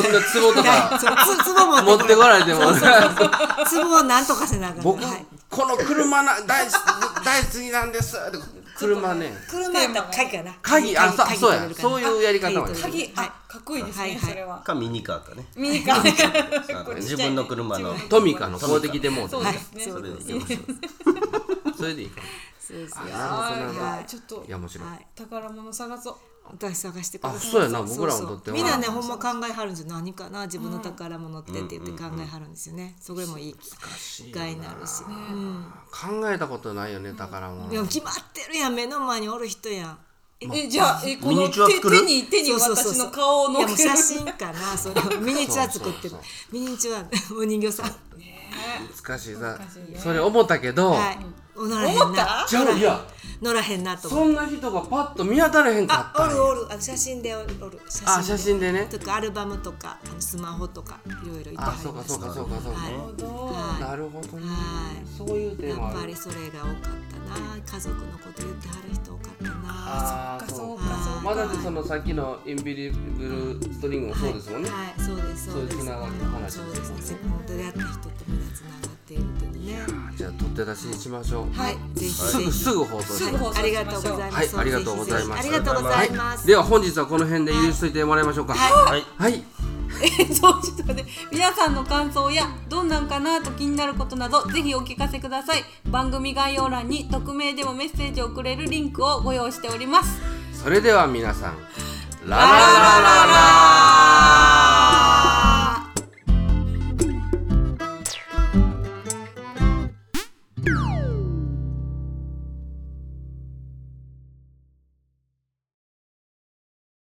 [SPEAKER 2] んな壺と
[SPEAKER 4] は
[SPEAKER 2] か
[SPEAKER 4] いそうつ壺
[SPEAKER 2] 持
[SPEAKER 4] 持
[SPEAKER 2] ってこられても
[SPEAKER 4] <laughs> 壺をなんとかせなあかん
[SPEAKER 2] 僕、
[SPEAKER 4] はい
[SPEAKER 2] この車な大好き大好きなんですって車ね
[SPEAKER 4] 車やったら鍵かな
[SPEAKER 2] 鍵あそうそうや
[SPEAKER 4] 取れるかな
[SPEAKER 2] そういうやり方もある
[SPEAKER 4] 鍵取
[SPEAKER 3] 鍵
[SPEAKER 4] れる、はい
[SPEAKER 3] あ、かっこいいです
[SPEAKER 4] は
[SPEAKER 3] ね、
[SPEAKER 4] いはい
[SPEAKER 3] それは。
[SPEAKER 1] かミニカーかね
[SPEAKER 3] ミニカー。
[SPEAKER 1] あの自分の車の
[SPEAKER 3] 自分
[SPEAKER 2] トミカの買うてきてもうて
[SPEAKER 3] そうですね。
[SPEAKER 1] それでいい
[SPEAKER 2] それでいいかも
[SPEAKER 4] そうですよ
[SPEAKER 2] あなるほどな
[SPEAKER 3] はいい、ちょっと
[SPEAKER 2] いやもちろん、
[SPEAKER 4] はい
[SPEAKER 3] 宝物探そう。
[SPEAKER 4] 私探してください
[SPEAKER 2] あそうやな
[SPEAKER 4] そう
[SPEAKER 2] 僕らもとっては
[SPEAKER 4] そうみんなねほんま考えはるんですよ何かな自分の宝物ってって言って考えはるんですよねそれもいい機会になるしうん
[SPEAKER 2] 考えたことないよね宝物
[SPEAKER 4] でも決まってるやん目の前におる人やん
[SPEAKER 3] え、じゃあ、え、こ
[SPEAKER 1] ミ
[SPEAKER 3] の
[SPEAKER 1] ニチュア
[SPEAKER 3] 手
[SPEAKER 1] 作る
[SPEAKER 3] 手に、手に私の顔を乗っけ
[SPEAKER 4] い
[SPEAKER 3] る
[SPEAKER 4] やもう。写真かなそれミニチュア作ってる
[SPEAKER 2] そうそう
[SPEAKER 4] ミニチュアお人形さん
[SPEAKER 2] 難しいさ
[SPEAKER 3] 難しいね
[SPEAKER 2] それ思ったけど、
[SPEAKER 4] はいお乗らへん
[SPEAKER 3] 思っ
[SPEAKER 4] な
[SPEAKER 3] た
[SPEAKER 2] じゃあいや
[SPEAKER 4] 乗らへんなと思
[SPEAKER 2] そ
[SPEAKER 4] うん
[SPEAKER 2] な人がパッと見当たらへんか
[SPEAKER 4] あ
[SPEAKER 2] った
[SPEAKER 4] お
[SPEAKER 2] ん
[SPEAKER 4] る
[SPEAKER 2] や
[SPEAKER 4] おるあ写真でおるおる写
[SPEAKER 2] あ写真でね
[SPEAKER 4] とかアルバムとかあのスマホとかいろいろいては
[SPEAKER 2] あ
[SPEAKER 4] り
[SPEAKER 2] そうか
[SPEAKER 4] ま
[SPEAKER 2] そ
[SPEAKER 4] す
[SPEAKER 2] うかそうかそうか、
[SPEAKER 4] はい
[SPEAKER 3] なるほど。
[SPEAKER 4] はい
[SPEAKER 2] なるほどね
[SPEAKER 4] はい
[SPEAKER 2] そういうテ
[SPEAKER 4] や
[SPEAKER 2] ーマ
[SPEAKER 4] っ
[SPEAKER 2] あ
[SPEAKER 4] ぱ
[SPEAKER 2] る
[SPEAKER 4] りそれが多かったな家族のこと言ってはる人多かったな
[SPEAKER 2] あ
[SPEAKER 3] そ
[SPEAKER 2] ー
[SPEAKER 3] っかそう
[SPEAKER 2] そう
[SPEAKER 3] かそう
[SPEAKER 2] ま
[SPEAKER 3] か
[SPEAKER 2] だってそのさっきのインビリブルストリングもそうですもんね、
[SPEAKER 4] はい、はいそうですそうで
[SPEAKER 2] そ
[SPEAKER 4] す
[SPEAKER 2] ういうつながりの話
[SPEAKER 4] そうですね本当に出会った人とみんなつながっているけどね
[SPEAKER 2] じゃあ取って出しにしましょう、
[SPEAKER 4] はいぜひ
[SPEAKER 2] す
[SPEAKER 4] ぜ
[SPEAKER 2] ぐ
[SPEAKER 4] ひ
[SPEAKER 2] すぐ放送し
[SPEAKER 3] す
[SPEAKER 2] ま
[SPEAKER 3] ぐ
[SPEAKER 2] す
[SPEAKER 3] 放送
[SPEAKER 4] あり
[SPEAKER 3] し
[SPEAKER 4] が
[SPEAKER 3] ま
[SPEAKER 4] とう
[SPEAKER 3] しょ
[SPEAKER 4] ご
[SPEAKER 3] う
[SPEAKER 4] ざいます。
[SPEAKER 2] はいありがとうございます
[SPEAKER 4] ありがとうございます。
[SPEAKER 2] では本日はこの辺で許しといてもらいましょうかは
[SPEAKER 1] はい
[SPEAKER 2] い、
[SPEAKER 3] えっと、ちょっと待って皆さんの感想やどんなんかなと気になることなどぜひお聞かせください番組概要欄に匿名でもメッセージをくれるリンクをご用意しております
[SPEAKER 2] それでは皆さんララララララ